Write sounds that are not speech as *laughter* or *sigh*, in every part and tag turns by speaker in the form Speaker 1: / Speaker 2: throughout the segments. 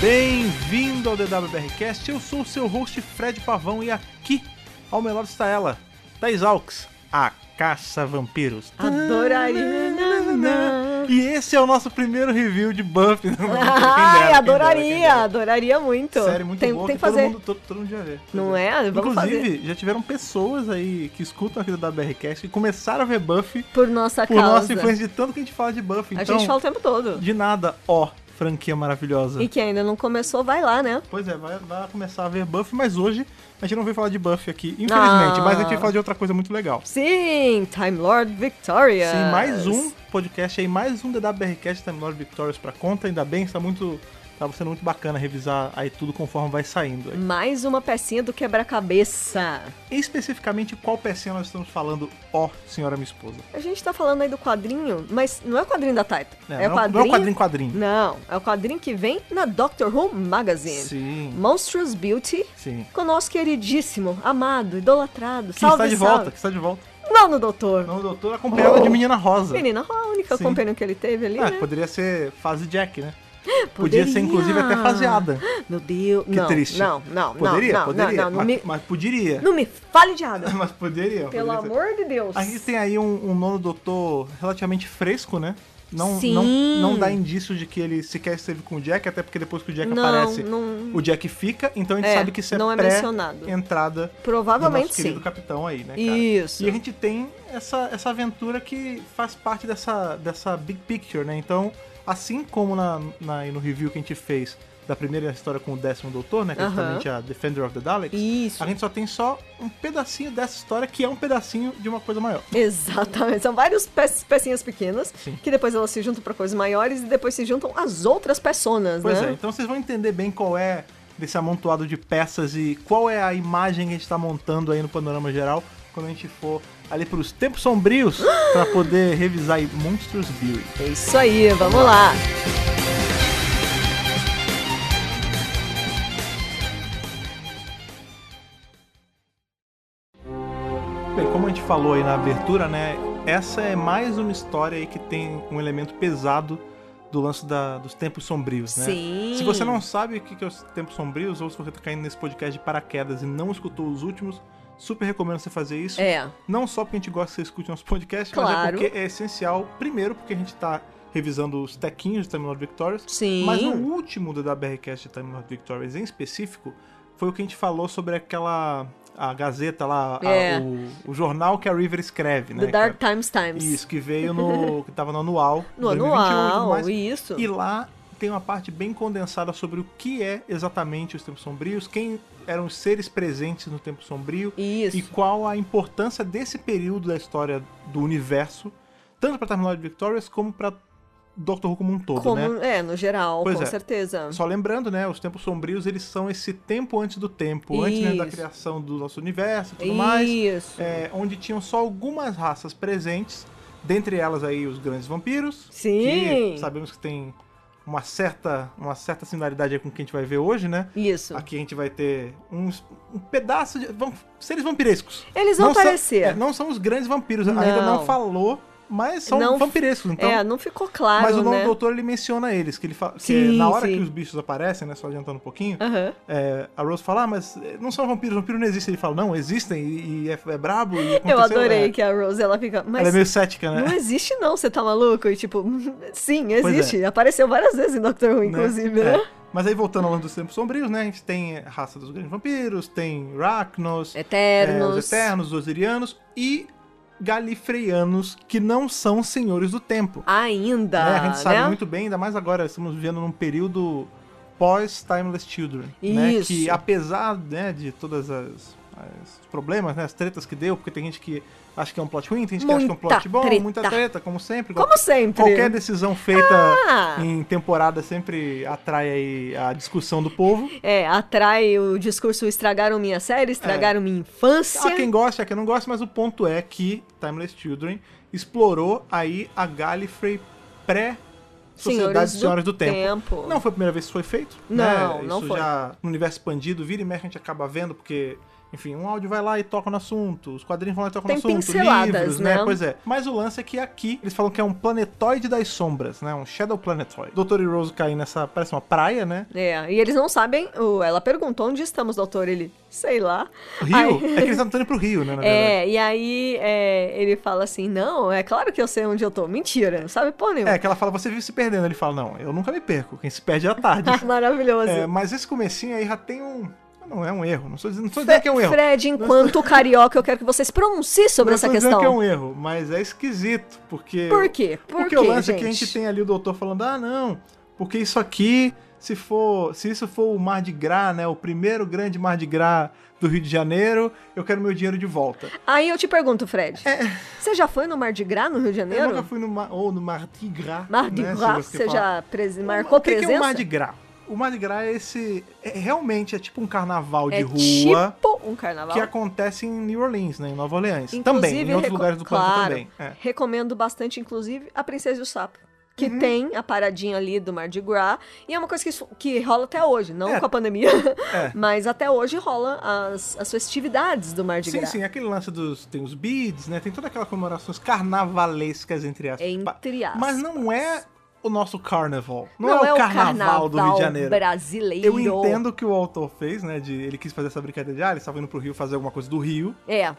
Speaker 1: Bem-vindo ao DWBRCast, eu sou o seu host Fred Pavão e aqui ao meu lado está ela, Thais Alks, a caça a vampiros.
Speaker 2: Adoraria.
Speaker 1: E esse é o nosso primeiro review de né? Buffy.
Speaker 2: *laughs*
Speaker 1: Quem dera, quem
Speaker 2: Ai,
Speaker 1: dera, quem
Speaker 2: Ah, adoraria,
Speaker 1: dera.
Speaker 2: adoraria muito.
Speaker 1: Série muito
Speaker 2: tem,
Speaker 1: boa,
Speaker 2: tem
Speaker 1: que
Speaker 2: que fazer.
Speaker 1: todo, mundo, todo, todo mundo já vê.
Speaker 2: Não é? Vamos fazer.
Speaker 1: Inclusive, já tiveram pessoas aí que escutam aqui do WRCast e começaram a ver Buffy
Speaker 2: Por nossa
Speaker 1: por
Speaker 2: causa.
Speaker 1: nossa influência de tanto que a gente fala de Buffy.
Speaker 2: A
Speaker 1: então,
Speaker 2: gente fala o tempo todo.
Speaker 1: de nada, ó, franquia maravilhosa.
Speaker 2: E quem ainda não começou, vai lá, né?
Speaker 1: Pois é, vai, vai começar a ver Buffy, mas hoje a gente não veio falar de Buffy aqui, infelizmente,
Speaker 2: Ah.
Speaker 1: mas a gente veio falar de outra coisa muito legal.
Speaker 2: Sim, Time Lord Victoria.
Speaker 1: Sim, mais um podcast aí, mais um DWRcast Time Lord Victorious pra conta, ainda bem, está muito... Tá sendo muito bacana revisar aí tudo conforme vai saindo. aí.
Speaker 2: Mais uma pecinha do quebra-cabeça.
Speaker 1: Especificamente, qual pecinha nós estamos falando, ó, senhora minha esposa?
Speaker 2: A gente tá falando aí do quadrinho, mas não é o quadrinho da Taito.
Speaker 1: É, não, não é o quadrinho quadrinho.
Speaker 2: Não, é o quadrinho que vem na Doctor Who Magazine.
Speaker 1: Sim,
Speaker 2: Monstrous Beauty,
Speaker 1: sim.
Speaker 2: com o nosso queridíssimo, amado, idolatrado,
Speaker 1: Que
Speaker 2: salve,
Speaker 1: está de
Speaker 2: salve.
Speaker 1: volta, que está de volta.
Speaker 2: Não no doutor.
Speaker 1: Não, doutor, acompanhada de Menina Rosa.
Speaker 2: Menina, a única
Speaker 1: Sim.
Speaker 2: companhia que ele teve ali,
Speaker 1: Ah,
Speaker 2: né?
Speaker 1: poderia ser fase Jack, né? Podia ser, inclusive, até faseada.
Speaker 2: Meu Deus,
Speaker 1: Que
Speaker 2: não,
Speaker 1: triste.
Speaker 2: não, não, não,
Speaker 1: Poderia,
Speaker 2: não,
Speaker 1: poderia.
Speaker 2: não, não,
Speaker 1: mas,
Speaker 2: me,
Speaker 1: mas poderia.
Speaker 2: não me fale de nada.
Speaker 1: *laughs* Mas poderia.
Speaker 2: Pelo
Speaker 1: poderia ser.
Speaker 2: amor de Deus.
Speaker 1: A gente tem aí um, um nono doutor relativamente fresco, né? Não,
Speaker 2: Sim.
Speaker 1: não, não dá indício de que ele sequer esteve com o Jack, até porque depois que o Jack
Speaker 2: Não,
Speaker 1: aparece,
Speaker 2: não-
Speaker 1: o Jack fica, então a gente
Speaker 2: É,
Speaker 1: sabe que isso é,
Speaker 2: não é
Speaker 1: pré-
Speaker 2: mencionado.
Speaker 1: entrada do
Speaker 2: Provavelmente
Speaker 1: nosso querido
Speaker 2: sim.
Speaker 1: capitão aí, né, cara?
Speaker 2: Isso.
Speaker 1: E a gente tem essa, essa aventura que faz parte dessa, dessa big picture, né? Então, assim como na, na- no review que a gente fez da primeira história com o décimo doutor, né? Que é
Speaker 2: Aham.
Speaker 1: justamente a Defender of the Daleks.
Speaker 2: Isso.
Speaker 1: A gente só tem só um pedacinho dessa história que é um pedacinho de uma coisa maior.
Speaker 2: Exatamente. São várias pe- pecinhas pequenas que depois elas se juntam pra coisas maiores e depois se juntam às outras personas,
Speaker 1: Pois é,
Speaker 2: né?
Speaker 1: então vocês vão entender bem qual é desse amontoado de peças e qual é a imagem que a gente tá montando aí no panorama geral quando a gente for ali pros tempos sombrios
Speaker 2: *gasps*
Speaker 1: pra poder revisar aí Monstros Beauty.
Speaker 2: É isso aí, vamos lá.
Speaker 1: Né? Bem, como a gente falou aí na abertura, né? Essa é mais uma história aí que tem um elemento pesado do lance da- dos tempos sombrios, né?
Speaker 2: Sim.
Speaker 1: Se você não sabe o que que é os tempos sombrios, ou se você tá caindo nesse podcast de paraquedas e não escutou os últimos, super recomendo você fazer isso.
Speaker 2: É,
Speaker 1: Não só porque a gente gosta que você escute nosso podcast,
Speaker 2: Claro.
Speaker 1: mas é porque é essencial, primeiro, porque a gente tá revisando os tequinhos do Time Lord Victorious,
Speaker 2: sim.
Speaker 1: mas no último do WRCast de Time Lord Victorious em específico, foi o que a gente falou sobre aquela. a Gazeta lá, a-
Speaker 2: É.
Speaker 1: o, o jornal que a River escreve, né?
Speaker 2: The Dark
Speaker 1: cara?
Speaker 2: Times Times.
Speaker 1: Isso, que veio
Speaker 2: *laughs*
Speaker 1: no. que tava no anual.
Speaker 2: No
Speaker 1: 2021 e tudo
Speaker 2: anual,
Speaker 1: mais.
Speaker 2: isso.
Speaker 1: E lá tem uma parte bem condensada sobre o que é exatamente os tempos sombrios, quem eram os seres presentes no tempo sombrio
Speaker 2: Isso.
Speaker 1: e qual a importância desse período da história do universo, tanto para Terminal de Victorious como para Doctor Who como um todo, né?
Speaker 2: Como, É, no geral,
Speaker 1: Pois
Speaker 2: com
Speaker 1: é.
Speaker 2: certeza.
Speaker 1: Só lembrando, né? Os tempos sombrios, eles são esse tempo antes do tempo, antes né, da
Speaker 2: Isso.
Speaker 1: criação do nosso universo e tudo mais.
Speaker 2: Isso.
Speaker 1: é, onde tinham só algumas raças presentes, dentre elas aí os grandes vampiros.
Speaker 2: Sim.
Speaker 1: Que sabemos que tem uma certa, uma certa similaridade aí com o que a gente vai ver hoje, né?
Speaker 2: Isso.
Speaker 1: Aqui a gente vai ter uns- um pedaço de. Vão, seres vampirescos.
Speaker 2: Eles vão
Speaker 1: são-
Speaker 2: aparecer.
Speaker 1: é, não são os grandes vampiros,
Speaker 2: Não.
Speaker 1: ainda não falou, mas são
Speaker 2: Não-
Speaker 1: vampirescos. Então,
Speaker 2: é, não ficou claro,
Speaker 1: mas o novo
Speaker 2: né?
Speaker 1: doutor ele menciona eles, que ele fala que
Speaker 2: Sim,
Speaker 1: na hora
Speaker 2: sim.
Speaker 1: que os bichos aparecem, né, só adiantando um pouquinho,
Speaker 2: Aham.
Speaker 1: é, a Rose fala, ah, mas eh, não são vampiros, vampiro não existe. Ele fala, não, existem e, e é, é brabo. E aconteceu,
Speaker 2: Eu adorei
Speaker 1: É,
Speaker 2: que a Rose, ela fica... Mas
Speaker 1: Ela é meio cética, né? *laughs*
Speaker 2: não existe não, você tá maluco? E tipo, *laughs* sim,
Speaker 1: Pois
Speaker 2: existe. Apareceu várias vezes em Doctor Who, inclusive, né?
Speaker 1: É. Mas aí voltando ao lance dos tempos sombrios, né? A gente tem a raça dos grandes vampiros, tem Rachnos,
Speaker 2: Eternos.
Speaker 1: eh, os Eternos, os Osirianos e Galifreianos, que não são senhores do tempo.
Speaker 2: Ainda,
Speaker 1: né? A gente sabe
Speaker 2: né?
Speaker 1: muito bem, ainda mais agora, estamos vivendo num período pós-Timeless Children. Né?
Speaker 2: Isso.
Speaker 1: Que apesar né, de todas as, as problemas, né, as tretas que deu, porque tem gente que acha que é um plot ruim, tem gente que acha que é um
Speaker 2: Muita
Speaker 1: plot bom,
Speaker 2: treta.
Speaker 1: muita treta, como sempre.
Speaker 2: Como sempre.
Speaker 1: Qualquer decisão feita
Speaker 2: Ah,
Speaker 1: em temporada sempre atrai aí a discussão do povo.
Speaker 2: É, atrai o discurso estragaram minha série, estragaram minha infância.
Speaker 1: É. Há quem gosta, há quem não gosta, mas o ponto é que Timeless Children explorou aí a Gallifrey pré Sociedade
Speaker 2: Senhores
Speaker 1: de
Speaker 2: do
Speaker 1: Senhoras do Tempo.
Speaker 2: Tempo.
Speaker 1: Não foi a primeira vez que isso foi feito.
Speaker 2: Não,
Speaker 1: né?
Speaker 2: não
Speaker 1: isso
Speaker 2: foi.
Speaker 1: já no universo expandido, vira e mexe a gente acaba vendo, porque Enfim, um áudio vai lá e toca no assunto, os quadrinhos vão lá e tocam
Speaker 2: Tem
Speaker 1: no assunto,
Speaker 2: pinceladas,
Speaker 1: livros,
Speaker 2: né?
Speaker 1: Pois é. Mas o lance é que aqui eles falam que é um planetoide das sombras, né? Um Shadow Planetoid. Doutor e Rose caem nessa, parece uma praia, né?
Speaker 2: É, e eles não sabem. o- Ela perguntou onde estamos, doutor. Ele, sei lá.
Speaker 1: Rio? É
Speaker 2: Aí-
Speaker 1: que eles estão indo pro Rio, né? Na verdade.
Speaker 2: É, e aí é, ele fala assim: não, é claro que eu sei onde eu tô. Mentira, não sabe pô nenhum.
Speaker 1: É, que ela fala, você vive se perdendo. Ele fala, não, eu nunca me perco. Quem se perde é a
Speaker 2: *laughs*
Speaker 1: tarde.
Speaker 2: Maravilhoso.
Speaker 1: É, mas esse comecinho aí já tem um. Não é um erro. Não estou dizendo, não tô dizendo que é um erro.
Speaker 2: Fred, enquanto carioca, eu quero que vocês pronunciem sobre
Speaker 1: não
Speaker 2: essa
Speaker 1: tô dizendo
Speaker 2: questão.
Speaker 1: que é um erro, mas é esquisito, porque.
Speaker 2: Por quê? Por
Speaker 1: porque
Speaker 2: quê,
Speaker 1: o lance
Speaker 2: gente?
Speaker 1: é que a gente tem ali o doutor falando, ah, não, porque isso aqui, se for. Se isso for o Mar de Gras, né? O primeiro grande Mar de Gras do Rio de Janeiro, eu quero meu dinheiro de volta.
Speaker 2: Aí eu te pergunto, Fred. Você já foi no Mar de Gras, no Rio de
Speaker 1: É. Eu
Speaker 2: Janeiro?
Speaker 1: nunca fui no Mar. Ou no Mar de Gras.
Speaker 2: Mar de
Speaker 1: né, se
Speaker 2: Gras, você
Speaker 1: falar.
Speaker 2: já pres- marcou
Speaker 1: o que que
Speaker 2: presença?
Speaker 1: é o Mar de Gras? O Mar de Gras é esse. é- realmente é tipo um carnaval de
Speaker 2: É
Speaker 1: rua.
Speaker 2: tipo um carnaval.
Speaker 1: Que é acontece em New Orleans, né? Em Nova Orleans.
Speaker 2: Inclusive,
Speaker 1: também, em outros
Speaker 2: reco-
Speaker 1: lugares do planeta
Speaker 2: claro,
Speaker 1: também. É.
Speaker 2: Recomendo bastante, inclusive, a Princesa e o Sapo. Que
Speaker 1: Uhum.
Speaker 2: tem a paradinha ali do Mar de Gras. E é uma coisa que, isso- que rola até hoje, não
Speaker 1: É.
Speaker 2: com a pandemia. *laughs*
Speaker 1: É.
Speaker 2: Mas até hoje rola as, as festividades do Mar de
Speaker 1: Sim,
Speaker 2: Gras.
Speaker 1: sim, aquele lance dos. Tem os beads, né? Tem toda aquela comemorações carnavalescas, entre aspas.
Speaker 2: Entre aspas.
Speaker 1: Mas não é o nosso carnaval. Não,
Speaker 2: Não,
Speaker 1: é, o carnaval, do Rio de Janeiro.
Speaker 2: brasileiro.
Speaker 1: Eu entendo o que o autor fez, né? De, ele quis fazer essa brincadeira de, ah, eles estavam indo pro Rio fazer alguma coisa do Rio.
Speaker 2: É,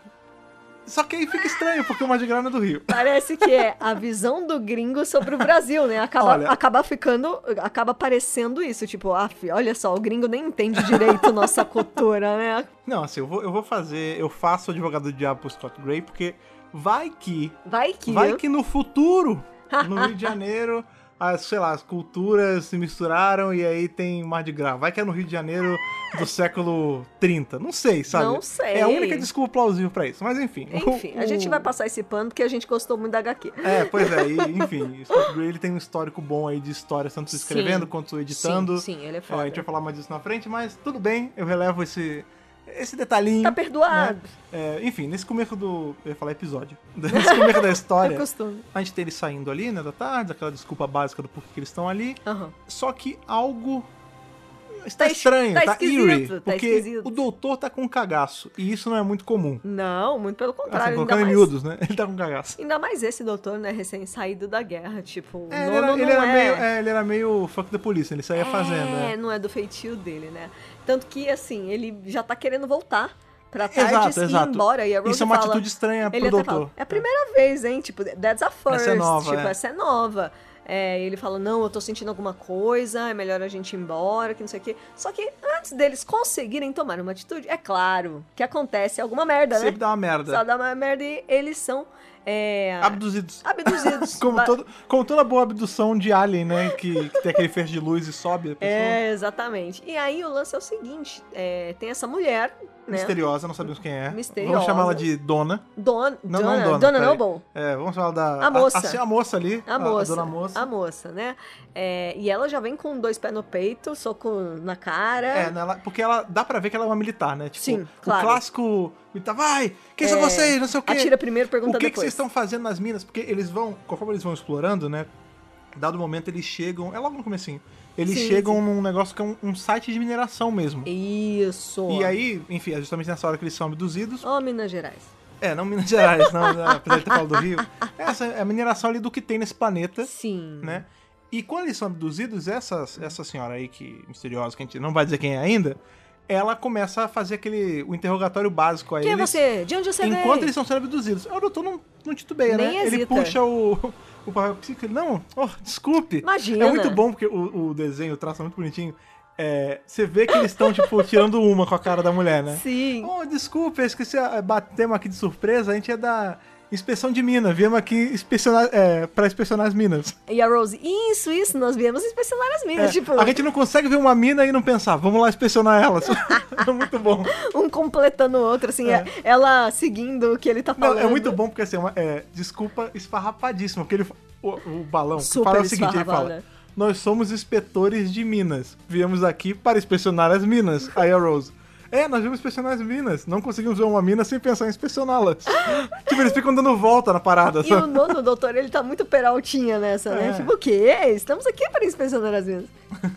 Speaker 1: Só que aí fica estranho, porque o Mar de Gras não é do Rio.
Speaker 2: parece que é a visão do gringo sobre o Brasil, né? Acaba,
Speaker 1: Olha-
Speaker 2: acaba ficando, acaba parecendo isso. Tipo, ah, fi, olha só, o gringo nem entende direito nossa cultura, né?
Speaker 1: Não, assim, eu vou, eu vou fazer. Eu faço o advogado do diabo pro Scott Gray, porque vai que.
Speaker 2: Vai que...
Speaker 1: Vai que no
Speaker 2: *laughs*
Speaker 1: futuro, no Rio de Janeiro, as, sei lá, as culturas se misturaram e aí tem Mar de Gras. Vai que é no Rio de Janeiro do século 30. Não sei, sabe?
Speaker 2: Não sei.
Speaker 1: É a única desculpa plausível pra isso. Mas enfim. o-
Speaker 2: *laughs* Enfim, a gente
Speaker 1: o-
Speaker 2: vai passar esse pano porque a gente gostou muito da HQ.
Speaker 1: É, pois é, e, enfim, Scott Gray ele tem um histórico bom aí de histórias, tanto
Speaker 2: Sim.
Speaker 1: escrevendo quanto editando.
Speaker 2: Sim, sim, ele
Speaker 1: É, a
Speaker 2: é
Speaker 1: gente
Speaker 2: foda.
Speaker 1: vai falar mais disso na frente, mas tudo bem, eu relevo esse, esse detalhinho.
Speaker 2: Tá perdoado.
Speaker 1: É, enfim, nesse começo do. Eu ia falar episódio. *laughs* Nesse começo da
Speaker 2: *laughs* É
Speaker 1: história,
Speaker 2: costume.
Speaker 1: a gente tem eles saindo ali, né, da tarde, aquela desculpa básica do porquê que eles estão ali.
Speaker 2: Aham.
Speaker 1: Só que algo está
Speaker 2: es-
Speaker 1: estranho,
Speaker 2: tá
Speaker 1: tá,
Speaker 2: esquisito,
Speaker 1: eerie.
Speaker 2: tá
Speaker 1: porque
Speaker 2: esquisito.
Speaker 1: o doutor tá com cagaço. E isso não é muito comum.
Speaker 2: Não, muito pelo
Speaker 1: Assim,
Speaker 2: contrário. ainda,
Speaker 1: colocando em
Speaker 2: mais,
Speaker 1: miúdos, né? *laughs* Ele tá com cagaço.
Speaker 2: ainda mais esse doutor, né? Recém-saído da guerra. Tipo,
Speaker 1: É, ele,
Speaker 2: o nono
Speaker 1: era,
Speaker 2: não
Speaker 1: ele era
Speaker 2: é...
Speaker 1: meio, é, ele era meio fuck the polícia, ele saía fazendo,
Speaker 2: É,
Speaker 1: né?
Speaker 2: não é do feitio dele, né? Tanto que, assim, ele já tá querendo voltar pra tarde
Speaker 1: Exato,
Speaker 2: e
Speaker 1: exato.
Speaker 2: ir embora. E a Rose
Speaker 1: Isso é uma
Speaker 2: fala-
Speaker 1: atitude estranha pro
Speaker 2: ele até
Speaker 1: doutor.
Speaker 2: fala, é a primeira vez, hein? Tipo, that's a first.
Speaker 1: é nova,
Speaker 2: tipo,
Speaker 1: é.
Speaker 2: essa é nova. É, e ele fala, não, eu tô sentindo alguma coisa, é melhor a gente ir embora, que não sei o quê. Só que antes deles conseguirem tomar uma atitude, é claro que acontece alguma merda,
Speaker 1: Sempre
Speaker 2: né?
Speaker 1: dá uma merda.
Speaker 2: Só dá uma merda e eles são é,
Speaker 1: Abduzidos.
Speaker 2: abduzidos.
Speaker 1: *laughs* Como,
Speaker 2: Ba-
Speaker 1: todo, como toda boa abdução de alien, né? Que, que tem aquele feixe de luz e sobe a pessoa.
Speaker 2: É, exatamente. E aí o lance é o seguinte: é, tem essa mulher, né?
Speaker 1: Misteriosa, não sabemos quem é.
Speaker 2: Misteriosa.
Speaker 1: Vamos chamar ela de Dona.
Speaker 2: Don,
Speaker 1: Não, não
Speaker 2: Donna,
Speaker 1: Dona,
Speaker 2: Donna
Speaker 1: peraí.
Speaker 2: Noble.
Speaker 1: É, vamos chamar ela da.
Speaker 2: A moça.
Speaker 1: A, a, moça ali.
Speaker 2: A moça.
Speaker 1: A dona moça.
Speaker 2: a moça, né? É, e ela já vem com dois pés no peito, soco na cara.
Speaker 1: É, né, ela- porque ela dá pra ver que ela é uma militar, né? Tipo,
Speaker 2: Sim,
Speaker 1: o
Speaker 2: claro.
Speaker 1: clássico militar, vai, quem são
Speaker 2: É,
Speaker 1: vocês? Não sei o quê.
Speaker 2: Atira primeiro, pergunta
Speaker 1: o que, que
Speaker 2: depois.
Speaker 1: vocês estão fazendo nas minas? Porque eles vão, conforme eles vão explorando, né? Dado momento, eles chegam. É logo no comecinho. Eles
Speaker 2: Sim,
Speaker 1: chegam num negócio que é um, um site de mineração mesmo.
Speaker 2: Isso.
Speaker 1: E aí, enfim, é justamente nessa hora que eles são abduzidos.
Speaker 2: Ó, Minas Gerais.
Speaker 1: É, não Minas Gerais, não, não, apesar de ter falado do
Speaker 2: *laughs*
Speaker 1: Rio. Essa é a mineração ali do que tem nesse planeta,
Speaker 2: Sim.
Speaker 1: né? E quando eles são abduzidos, essa, essa senhora aí, que misteriosa, que a gente não vai dizer quem é ainda, ela começa a fazer aquele o interrogatório básico aí.
Speaker 2: Quem é
Speaker 1: eles-
Speaker 2: você? De onde você
Speaker 1: Enquanto
Speaker 2: veio?
Speaker 1: eles estão sendo abduzidos. O doutor não, não titubeia,
Speaker 2: Nem
Speaker 1: né? Ele
Speaker 2: hesita.
Speaker 1: puxa o, *laughs* o papel psíquico. ele, Não, oh, desculpe.
Speaker 2: Imagina.
Speaker 1: É muito bom, porque o, o desenho, o traço é muito bonitinho. É, você vê que eles estão, tipo, *laughs* tirando uma com a cara da mulher, né?
Speaker 2: Sim.
Speaker 1: Oh, desculpa, eu esqueci, ah, a- batemos aqui de surpresa, a gente é da inspeção de mina, viemos aqui inspecionar, é, pra inspecionar as minas.
Speaker 2: E a Rose, isso, isso, nós viemos inspecionar as
Speaker 1: É,
Speaker 2: minas. tipo,
Speaker 1: A gente não consegue ver uma mina e não pensar, vamos lá inspecionar elas. *laughs* é muito bom.
Speaker 2: um completando o outro, assim, é- ela seguindo o que ele tá
Speaker 1: Não,
Speaker 2: falando.
Speaker 1: é muito bom porque assim, é uma- é, desculpa esfarrapadíssima, porque ele, fa- o, o balão
Speaker 2: Super
Speaker 1: fala é o seguinte, ele fala,
Speaker 2: esfarrapada.
Speaker 1: nós somos inspetores de minas, viemos aqui para inspecionar as minas, aí a Rose... É, nós vimos inspecionar as minas. Não conseguimos ver uma mina sem pensar em
Speaker 2: *laughs*
Speaker 1: inspecioná-las. tipo, eles ficam dando volta na parada.
Speaker 2: E
Speaker 1: sabe?
Speaker 2: o nono doutor, ele tá muito peraltinha nessa, né?
Speaker 1: É.
Speaker 2: Tipo, o quê? Estamos
Speaker 1: *laughs*
Speaker 2: aqui para inspecionar as minas.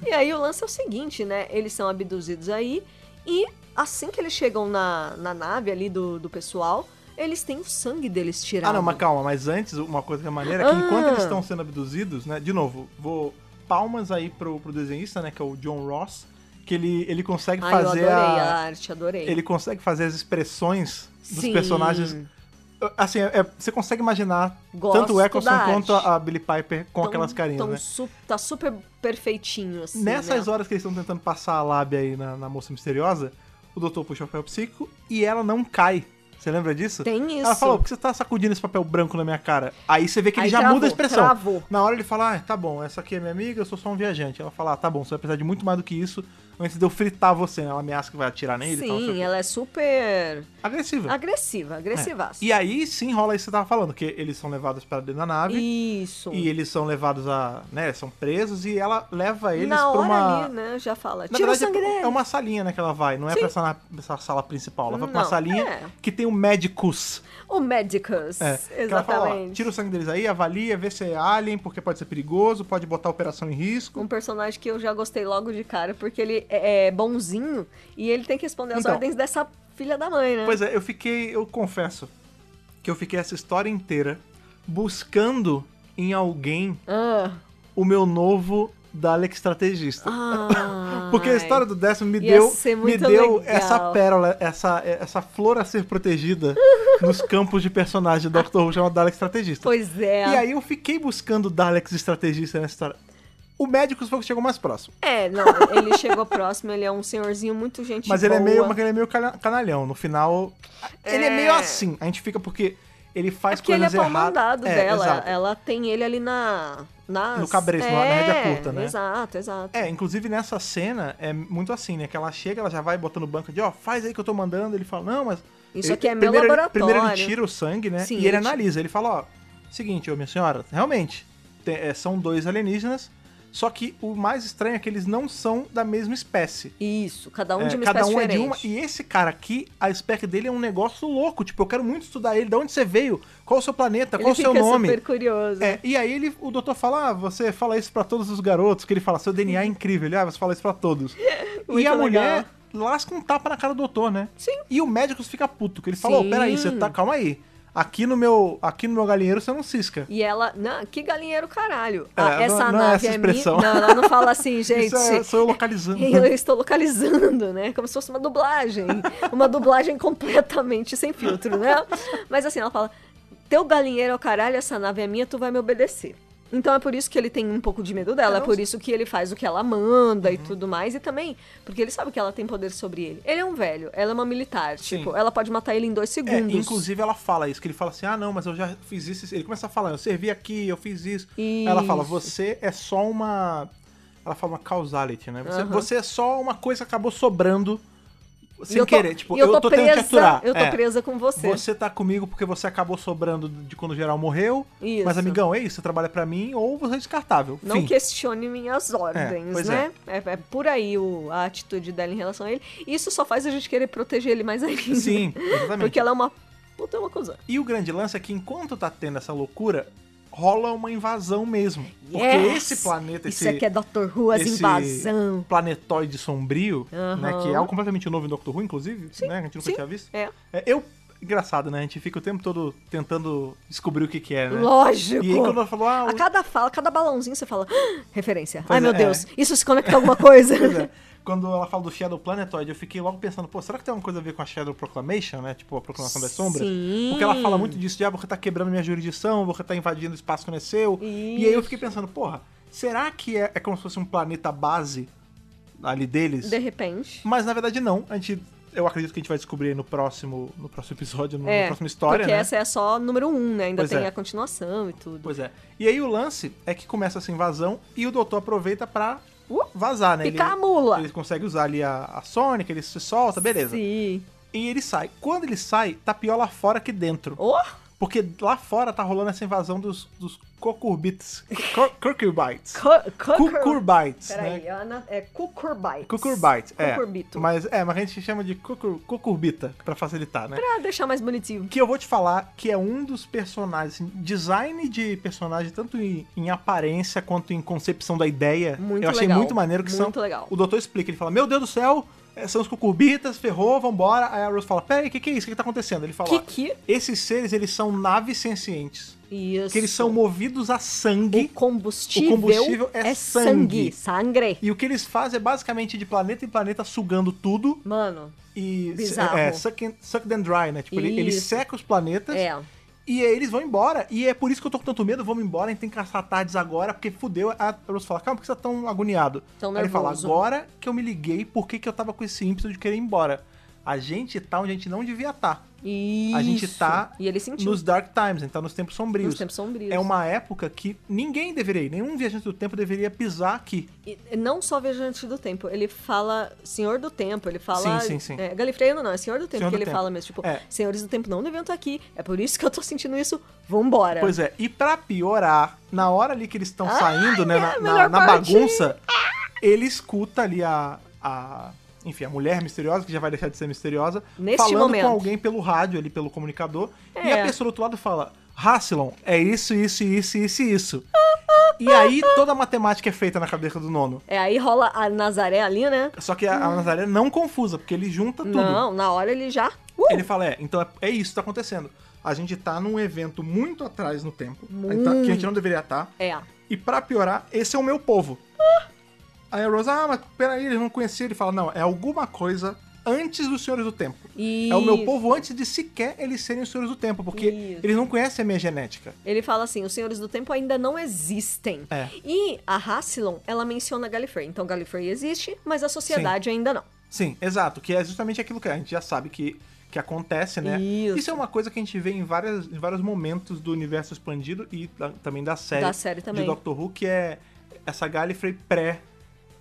Speaker 2: E aí o lance é o seguinte, né? Eles são abduzidos aí e assim que eles chegam na, na nave ali do, do pessoal, eles têm o sangue deles
Speaker 1: Ah,
Speaker 2: tirado.
Speaker 1: não, mas calma, mas antes, uma coisa que é maneira é que
Speaker 2: Ah.
Speaker 1: enquanto eles estão sendo abduzidos, né? De novo, vou. Palmas aí pro, pro desenhista, né? Que é o John Ross, que ele, ele consegue
Speaker 2: Ai, eu
Speaker 1: fazer
Speaker 2: adorei a...
Speaker 1: a.
Speaker 2: arte, adorei.
Speaker 1: Ele consegue fazer as expressões dos
Speaker 2: Sim.
Speaker 1: personagens. Assim, é- é- você consegue imaginar
Speaker 2: Gosto
Speaker 1: tanto o Eccleston
Speaker 2: da
Speaker 1: quanto
Speaker 2: arte.
Speaker 1: a, a Billy Piper com
Speaker 2: Tão-
Speaker 1: aquelas carinhas,
Speaker 2: tão
Speaker 1: né?
Speaker 2: su- tá super perfeitinho, assim,
Speaker 1: Nessas
Speaker 2: né?
Speaker 1: horas que eles estão tentando passar a lábia aí na, na moça misteriosa, o doutor puxa o papel psíquico e ela não cai. Você lembra disso?
Speaker 2: Tem isso.
Speaker 1: Ela falou, por que você tá sacudindo esse papel branco na minha cara? Aí você vê que ele
Speaker 2: Aí
Speaker 1: já
Speaker 2: travou,
Speaker 1: muda a expressão.
Speaker 2: travou.
Speaker 1: Na hora ele fala, ah, tá bom, essa aqui é minha amiga, eu sou só um viajante. Ela fala, ah, tá bom, você vai precisar de muito mais do que isso antes de eu fritar você. Ela ameaça que vai atirar nele e tal. não sei o
Speaker 2: Sim,
Speaker 1: quê.
Speaker 2: ela é super
Speaker 1: tá Agressiva. É.
Speaker 2: agressiva, agressivaça.
Speaker 1: E aí sim rola isso que você tava falando, que eles são levados pra dentro da nave.
Speaker 2: Isso.
Speaker 1: E eles são levados a. né? São presos e ela leva eles
Speaker 2: Na
Speaker 1: pra
Speaker 2: hora
Speaker 1: uma.
Speaker 2: ali, né, já fala,
Speaker 1: Na
Speaker 2: tira o
Speaker 1: verdade,
Speaker 2: sangue
Speaker 1: é-
Speaker 2: dele.
Speaker 1: é uma salinha né, que ela vai, não é
Speaker 2: Sim.
Speaker 1: pra essa, essa sala principal. Ela vai pra uma
Speaker 2: Não,
Speaker 1: salinha
Speaker 2: é.
Speaker 1: que tem o Medicus.
Speaker 2: O Medicus,
Speaker 1: É, que ela fala, ó,
Speaker 2: exatamente.
Speaker 1: tira o sangue deles aí, avalia, vê se é alien, porque pode ser perigoso, pode botar a operação em risco.
Speaker 2: Um personagem que eu já gostei logo de cara, porque ele é é bonzinho e ele tem que responder às
Speaker 1: Então.
Speaker 2: ordens dessa filha da mãe, né?
Speaker 1: Pois é, eu fiquei, eu confesso, que eu fiquei essa história inteira buscando em alguém é.
Speaker 2: Ah,
Speaker 1: o meu novo Dalek Estrategista. *laughs*
Speaker 2: ai.
Speaker 1: Porque a história do décimo me
Speaker 2: Ia
Speaker 1: deu,
Speaker 2: ser
Speaker 1: me
Speaker 2: muito
Speaker 1: deu
Speaker 2: legal.
Speaker 1: essa pérola, essa, essa flor a ser
Speaker 2: *laughs*
Speaker 1: protegida nos campos de personagem do Doctor Who chamado Dalek Estrategista.
Speaker 2: Pois é.
Speaker 1: E aí eu fiquei buscando Daleks Estrategista nessa história. O médico foi o que chegou mais próximo.
Speaker 2: É, não, ele chegou próximo, ele é um senhorzinho muito gente
Speaker 1: Mas ele é
Speaker 2: boa.
Speaker 1: meio, mas ele é meio cana- canalhão. No final, ele é...
Speaker 2: É.
Speaker 1: meio assim. A gente fica porque ele faz
Speaker 2: É porque ele é
Speaker 1: coisas
Speaker 2: pau
Speaker 1: erradas.
Speaker 2: mandado dela.
Speaker 1: exato.
Speaker 2: Ela tem ele ali na. Nas... É,
Speaker 1: No cabresto, na- na rédea curta, né?
Speaker 2: Exato, exato.
Speaker 1: É, inclusive nessa cena é muito assim, né? Que ela chega, ela já vai botando banca de, ó, faz aí que eu tô mandando. Ele fala, não, mas.
Speaker 2: Isso
Speaker 1: ele-
Speaker 2: aqui é meu
Speaker 1: primeiro, ele-
Speaker 2: laboratório.
Speaker 1: Primeiro ele tira o sangue, né?
Speaker 2: Sim,
Speaker 1: e ele,
Speaker 2: ele ti-
Speaker 1: analisa. Ele fala, ó, seguinte, ô minha senhora, realmente, te- é, são dois alienígenas. Só que o mais estranho é que eles não são da mesma espécie.
Speaker 2: Isso, cada um
Speaker 1: É,
Speaker 2: de uma
Speaker 1: cada um
Speaker 2: espécie
Speaker 1: é de uma.
Speaker 2: diferente.
Speaker 1: E esse cara aqui, a spec dele é um negócio louco. Tipo, eu quero muito estudar ele. De onde você veio? Qual o seu planeta? Qual
Speaker 2: ele
Speaker 1: o seu
Speaker 2: fica
Speaker 1: nome?
Speaker 2: super curioso.
Speaker 1: É, e aí ele, o doutor fala, ah, você fala isso pra todos os garotos, que ele fala, seu DNA é incrível, ele, ah, você fala isso pra todos. e
Speaker 2: *laughs* Muito
Speaker 1: a
Speaker 2: legal.
Speaker 1: mulher lasca um tapa na cara do doutor, né?
Speaker 2: Sim.
Speaker 1: E o médico fica puto, que ele fala, ô,
Speaker 2: Sim.
Speaker 1: peraí, você tá, calma aí, aqui no meu, aqui no meu galinheiro você não cisca.
Speaker 2: E ela, não, que galinheiro caralho.
Speaker 1: É,
Speaker 2: Ah, essa
Speaker 1: não- não é
Speaker 2: nave
Speaker 1: essa
Speaker 2: é
Speaker 1: expressão.
Speaker 2: minha. Não, ela não
Speaker 1: *laughs*
Speaker 2: fala assim, gente.
Speaker 1: Isso é, sou eu
Speaker 2: *laughs*
Speaker 1: localizando.
Speaker 2: Eu estou localizando, né? Como se fosse uma dublagem. Uma dublagem completamente sem filtro, né? Mas assim, ela fala: Teu galinheiro é o caralho, essa nave é minha, tu vai me obedecer. Então é por isso que ele tem um pouco de medo dela, é por isso que ele faz o que ela manda e tudo mais. E também, porque ele sabe que ela tem poder sobre ele. Ele é um velho, ela é uma militar.
Speaker 1: Sim.
Speaker 2: Tipo, ela pode matar ele em dois
Speaker 1: É,
Speaker 2: segundos.
Speaker 1: inclusive ela fala isso, que ele fala assim, ah não, mas eu já fiz isso, isso. ele começa a falar, eu servi aqui, eu fiz isso. Aí Ela fala,
Speaker 2: Isso.
Speaker 1: você é só uma, ela fala uma causality, né? Você,
Speaker 2: Aham.
Speaker 1: você é só uma coisa que acabou sobrando sem
Speaker 2: E eu tô-
Speaker 1: querer, tipo,
Speaker 2: e eu tô,
Speaker 1: tentando
Speaker 2: presa,
Speaker 1: te aturar.
Speaker 2: Eu tô
Speaker 1: É.
Speaker 2: presa com você.
Speaker 1: Você tá comigo porque você acabou sobrando de quando o geral morreu,
Speaker 2: Isso.
Speaker 1: mas amigão, é isso, você trabalha pra mim ou você é descartável.
Speaker 2: Não
Speaker 1: Fim.
Speaker 2: questione minhas ordens,
Speaker 1: pois
Speaker 2: né? É. é por aí o- a atitude dela em relação a ele. Isso só faz a gente querer proteger ele mais ainda. *laughs*
Speaker 1: Sim, exatamente.
Speaker 2: Porque ela é uma puta uma coisa.
Speaker 1: E o grande lance é que enquanto tá tendo essa loucura, rola uma invasão mesmo. Porque
Speaker 2: Yes!
Speaker 1: esse planeta,
Speaker 2: Isso
Speaker 1: esse...
Speaker 2: aqui é Dr. Who, as
Speaker 1: esse
Speaker 2: invasão.
Speaker 1: Planetoide sombrio,
Speaker 2: Aham.
Speaker 1: né? Que é algo completamente novo em Doctor Who, inclusive, né? Que a gente nunca
Speaker 2: Sim.
Speaker 1: tinha visto.
Speaker 2: É.
Speaker 1: É, eu. Engraçado, né? A gente fica o tempo todo tentando descobrir o que, que é, né?
Speaker 2: Lógico.
Speaker 1: E aí quando ela falou, ah, o-
Speaker 2: A cada fala, cada balãozinho você fala, "Ah, referência.
Speaker 1: Pois
Speaker 2: Ai, meu
Speaker 1: é.
Speaker 2: Deus, isso se conecta a alguma coisa.
Speaker 1: *laughs* Pois é. Quando ela fala do Shadow Planetoid, eu fiquei logo pensando, pô, será que tem alguma coisa a ver com a Shadow Proclamation, né? Tipo, a Proclamação das Sombras?
Speaker 2: Sim.
Speaker 1: Porque ela fala muito disso, de, ah, você tá quebrando minha jurisdição, você tá invadindo o espaço que não é seu. E aí eu fiquei pensando, porra, será que é, é como se fosse um planeta base ali deles?
Speaker 2: De repente.
Speaker 1: Mas na verdade não, a gente... Eu acredito que a gente vai descobrir aí no próximo, no próximo episódio, no, na
Speaker 2: é,
Speaker 1: próxima história,
Speaker 2: porque
Speaker 1: né?
Speaker 2: essa é só número um, né? Ainda
Speaker 1: Pois
Speaker 2: tem
Speaker 1: é.
Speaker 2: a continuação e tudo.
Speaker 1: Pois é. E aí o lance é que começa essa invasão e o doutor aproveita pra uh, vazar, né?
Speaker 2: Picar a
Speaker 1: ele,
Speaker 2: mula.
Speaker 1: ele consegue usar ali a, a Sonic, ele se solta, beleza.
Speaker 2: Sim.
Speaker 1: E ele sai. Quando ele sai, tá pior lá fora que dentro.
Speaker 2: Oh!
Speaker 1: Porque lá fora tá rolando essa invasão dos, dos Cucurbites. Cu- Cucurbites.
Speaker 2: Co- co-
Speaker 1: Cucurbites, né?
Speaker 2: Peraí, Ana, é Cucurbite.
Speaker 1: Cucurbite, é.
Speaker 2: Cucurbito.
Speaker 1: Mas, é, mas a gente chama de cucur, Cucurbita, pra facilitar, né?
Speaker 2: Pra deixar mais bonitinho.
Speaker 1: Que eu vou te falar que é um dos personagens, assim, design de personagem, tanto em, em aparência quanto em concepção da ideia.
Speaker 2: Muito
Speaker 1: eu achei
Speaker 2: legal,
Speaker 1: muito maneiro que são.
Speaker 2: muito legal.
Speaker 1: O doutor explica, ele fala: Meu Deus do céu, é, são os cucurbitas, ferrou, vambora. Aí a Rose fala, peraí, o que, que é isso? O que, que tá acontecendo? Ele fala,
Speaker 2: Que
Speaker 1: "Ó,
Speaker 2: que?
Speaker 1: esses seres, eles são naves sencientes.
Speaker 2: Isso.
Speaker 1: Que eles são movidos a sangue.
Speaker 2: o combustível,
Speaker 1: o combustível é sangue.
Speaker 2: sangue. Sangre.
Speaker 1: E o que eles fazem é basicamente de planeta em planeta sugando tudo
Speaker 2: Mano,
Speaker 1: e
Speaker 2: Bizarro.
Speaker 1: é, suck, and- suck them dry, né? Tipo, ele, ele
Speaker 2: Isso.
Speaker 1: seca os planetas
Speaker 2: é.
Speaker 1: e aí eles vão embora. E é por isso que eu tô com tanto medo, vamos embora, a gente tem que caçar tardes agora, porque fudeu. A Rose fala, calma, por que você tá tão agoniado?
Speaker 2: Tão
Speaker 1: aí ele fala,
Speaker 2: nervoso.
Speaker 1: agora que eu me liguei, por que, que eu tava com esse ímpeto de querer ir embora? A gente tá onde a gente não devia estar.
Speaker 2: Isso.
Speaker 1: A gente tá
Speaker 2: E ele sentiu.
Speaker 1: nos Dark Times, então nos tempos sombrios.
Speaker 2: Nos tempos sombrios.
Speaker 1: É uma época que ninguém deveria, ir, nenhum viajante do tempo deveria pisar aqui.
Speaker 2: E não só Viajante do Tempo, ele fala Senhor do Tempo, ele fala.
Speaker 1: Sim, sim, sim.
Speaker 2: É, Galifreano não, é Senhor do Tempo
Speaker 1: Senhor
Speaker 2: que
Speaker 1: do
Speaker 2: ele
Speaker 1: Tempo.
Speaker 2: fala mesmo. Tipo,
Speaker 1: É.
Speaker 2: Senhores do Tempo não deviam estar aqui, é por isso que eu tô sentindo isso, vambora.
Speaker 1: Pois é, e pra piorar, na hora ali que eles estão saindo, né, na,
Speaker 2: a
Speaker 1: na-
Speaker 2: melhor
Speaker 1: na
Speaker 2: parte.
Speaker 1: bagunça, ele escuta ali a, a. Enfim, a mulher misteriosa, que já vai deixar de ser misteriosa,
Speaker 2: Neste
Speaker 1: falando
Speaker 2: momento.
Speaker 1: com alguém pelo rádio, ali pelo comunicador, e
Speaker 2: É.
Speaker 1: a pessoa do outro lado fala: Hassilon, é isso, isso, isso, isso,
Speaker 2: *laughs*
Speaker 1: isso. E aí toda a matemática é feita na cabeça do nono.
Speaker 2: É, aí rola a Nazaré ali, né?
Speaker 1: Só que a, a Nazaré não confusa, porque ele junta tudo.
Speaker 2: Não, na hora ele já. Uh!
Speaker 1: Ele fala, é, então é, é isso que tá acontecendo. A gente tá num evento muito atrás no tempo, a gente tá- que a gente não deveria estar.
Speaker 2: É.
Speaker 1: E pra piorar, esse é o meu povo. Aí a Rose, ah, mas peraí, eles não conheciam. Ele fala, não, é alguma coisa antes dos Senhores do Tempo.
Speaker 2: E
Speaker 1: É o meu povo antes de sequer eles serem os Senhores do Tempo, porque
Speaker 2: Isso.
Speaker 1: eles não conhecem a minha genética.
Speaker 2: Ele fala assim: os Senhores do Tempo ainda não existem.
Speaker 1: É.
Speaker 2: E a Hassilon, ela menciona Galifrey. Então Galifrey existe, mas a sociedade ainda não.
Speaker 1: Sim, exato, que é justamente aquilo que a gente já sabe que, que acontece, né?
Speaker 2: Isso.
Speaker 1: é uma coisa que a gente vê em, várias, em vários momentos do universo expandido e da- também da série,
Speaker 2: Da série também.
Speaker 1: de Doctor Who, que é essa Gallifrey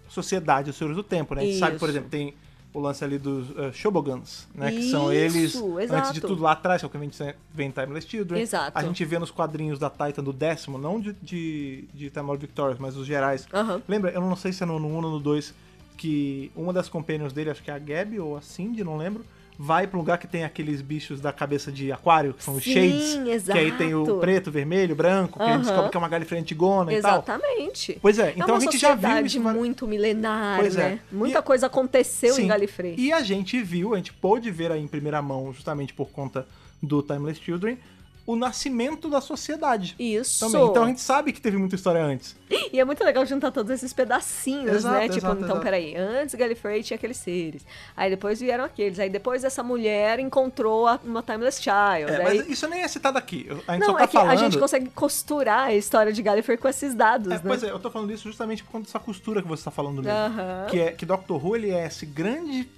Speaker 1: pré-sociedade, os Senhores do Tempo, né? A gente sabe, por
Speaker 2: Isso.
Speaker 1: exemplo, tem o lance ali dos uh, Shobogans, né? que são eles,
Speaker 2: Isso,
Speaker 1: antes de
Speaker 2: exato.
Speaker 1: tudo lá atrás, que é o que a gente vê em Timeless Children.
Speaker 2: Exato.
Speaker 1: A gente vê nos quadrinhos da Titan do décimo, não de, de, de Time Lord Victorious, mas os gerais.
Speaker 2: Aham.
Speaker 1: Lembra? Eu não sei se é no 1 ou no 2 que uma das companions dele, acho que é a Gabi ou a Cindy, não lembro, vai pra um lugar que tem aqueles bichos da cabeça de aquário, que são os
Speaker 2: Sim,
Speaker 1: shades.
Speaker 2: exato.
Speaker 1: Que aí tem o preto, vermelho, branco, que a gente
Speaker 2: Aham.
Speaker 1: descobre que é uma galifrei antigona e tal.
Speaker 2: Exatamente.
Speaker 1: Pois é,
Speaker 2: é
Speaker 1: então
Speaker 2: uma
Speaker 1: a gente já viu
Speaker 2: sociedade
Speaker 1: isso. mas-
Speaker 2: muito milenar,
Speaker 1: Pois é.
Speaker 2: né? Muita
Speaker 1: E-
Speaker 2: coisa aconteceu
Speaker 1: Sim.
Speaker 2: em Galifrey.
Speaker 1: E a gente viu, a gente pôde ver aí em primeira mão, justamente por conta do Timeless Children, o nascimento da sociedade.
Speaker 2: Isso.
Speaker 1: Também. Então a gente sabe que teve muita história antes.
Speaker 2: E é muito legal juntar todos esses pedacinhos,
Speaker 1: Exato,
Speaker 2: né? Tipo,
Speaker 1: exato,
Speaker 2: então,
Speaker 1: exato.
Speaker 2: peraí, antes Gallifrey tinha aqueles seres. Aí depois vieram aqueles. Aí depois essa mulher encontrou a- uma Timeless Child. né?
Speaker 1: É,
Speaker 2: aí...
Speaker 1: mas isso nem é citado aqui. A gente
Speaker 2: Não,
Speaker 1: só tá
Speaker 2: é que a
Speaker 1: falando.
Speaker 2: gente consegue costurar a história de Gallifrey com esses dados,
Speaker 1: É,
Speaker 2: né?
Speaker 1: Pois é, eu tô falando isso justamente por conta dessa costura que você tá falando mesmo.
Speaker 2: Aham.
Speaker 1: Que é que Doctor Who ele é esse grande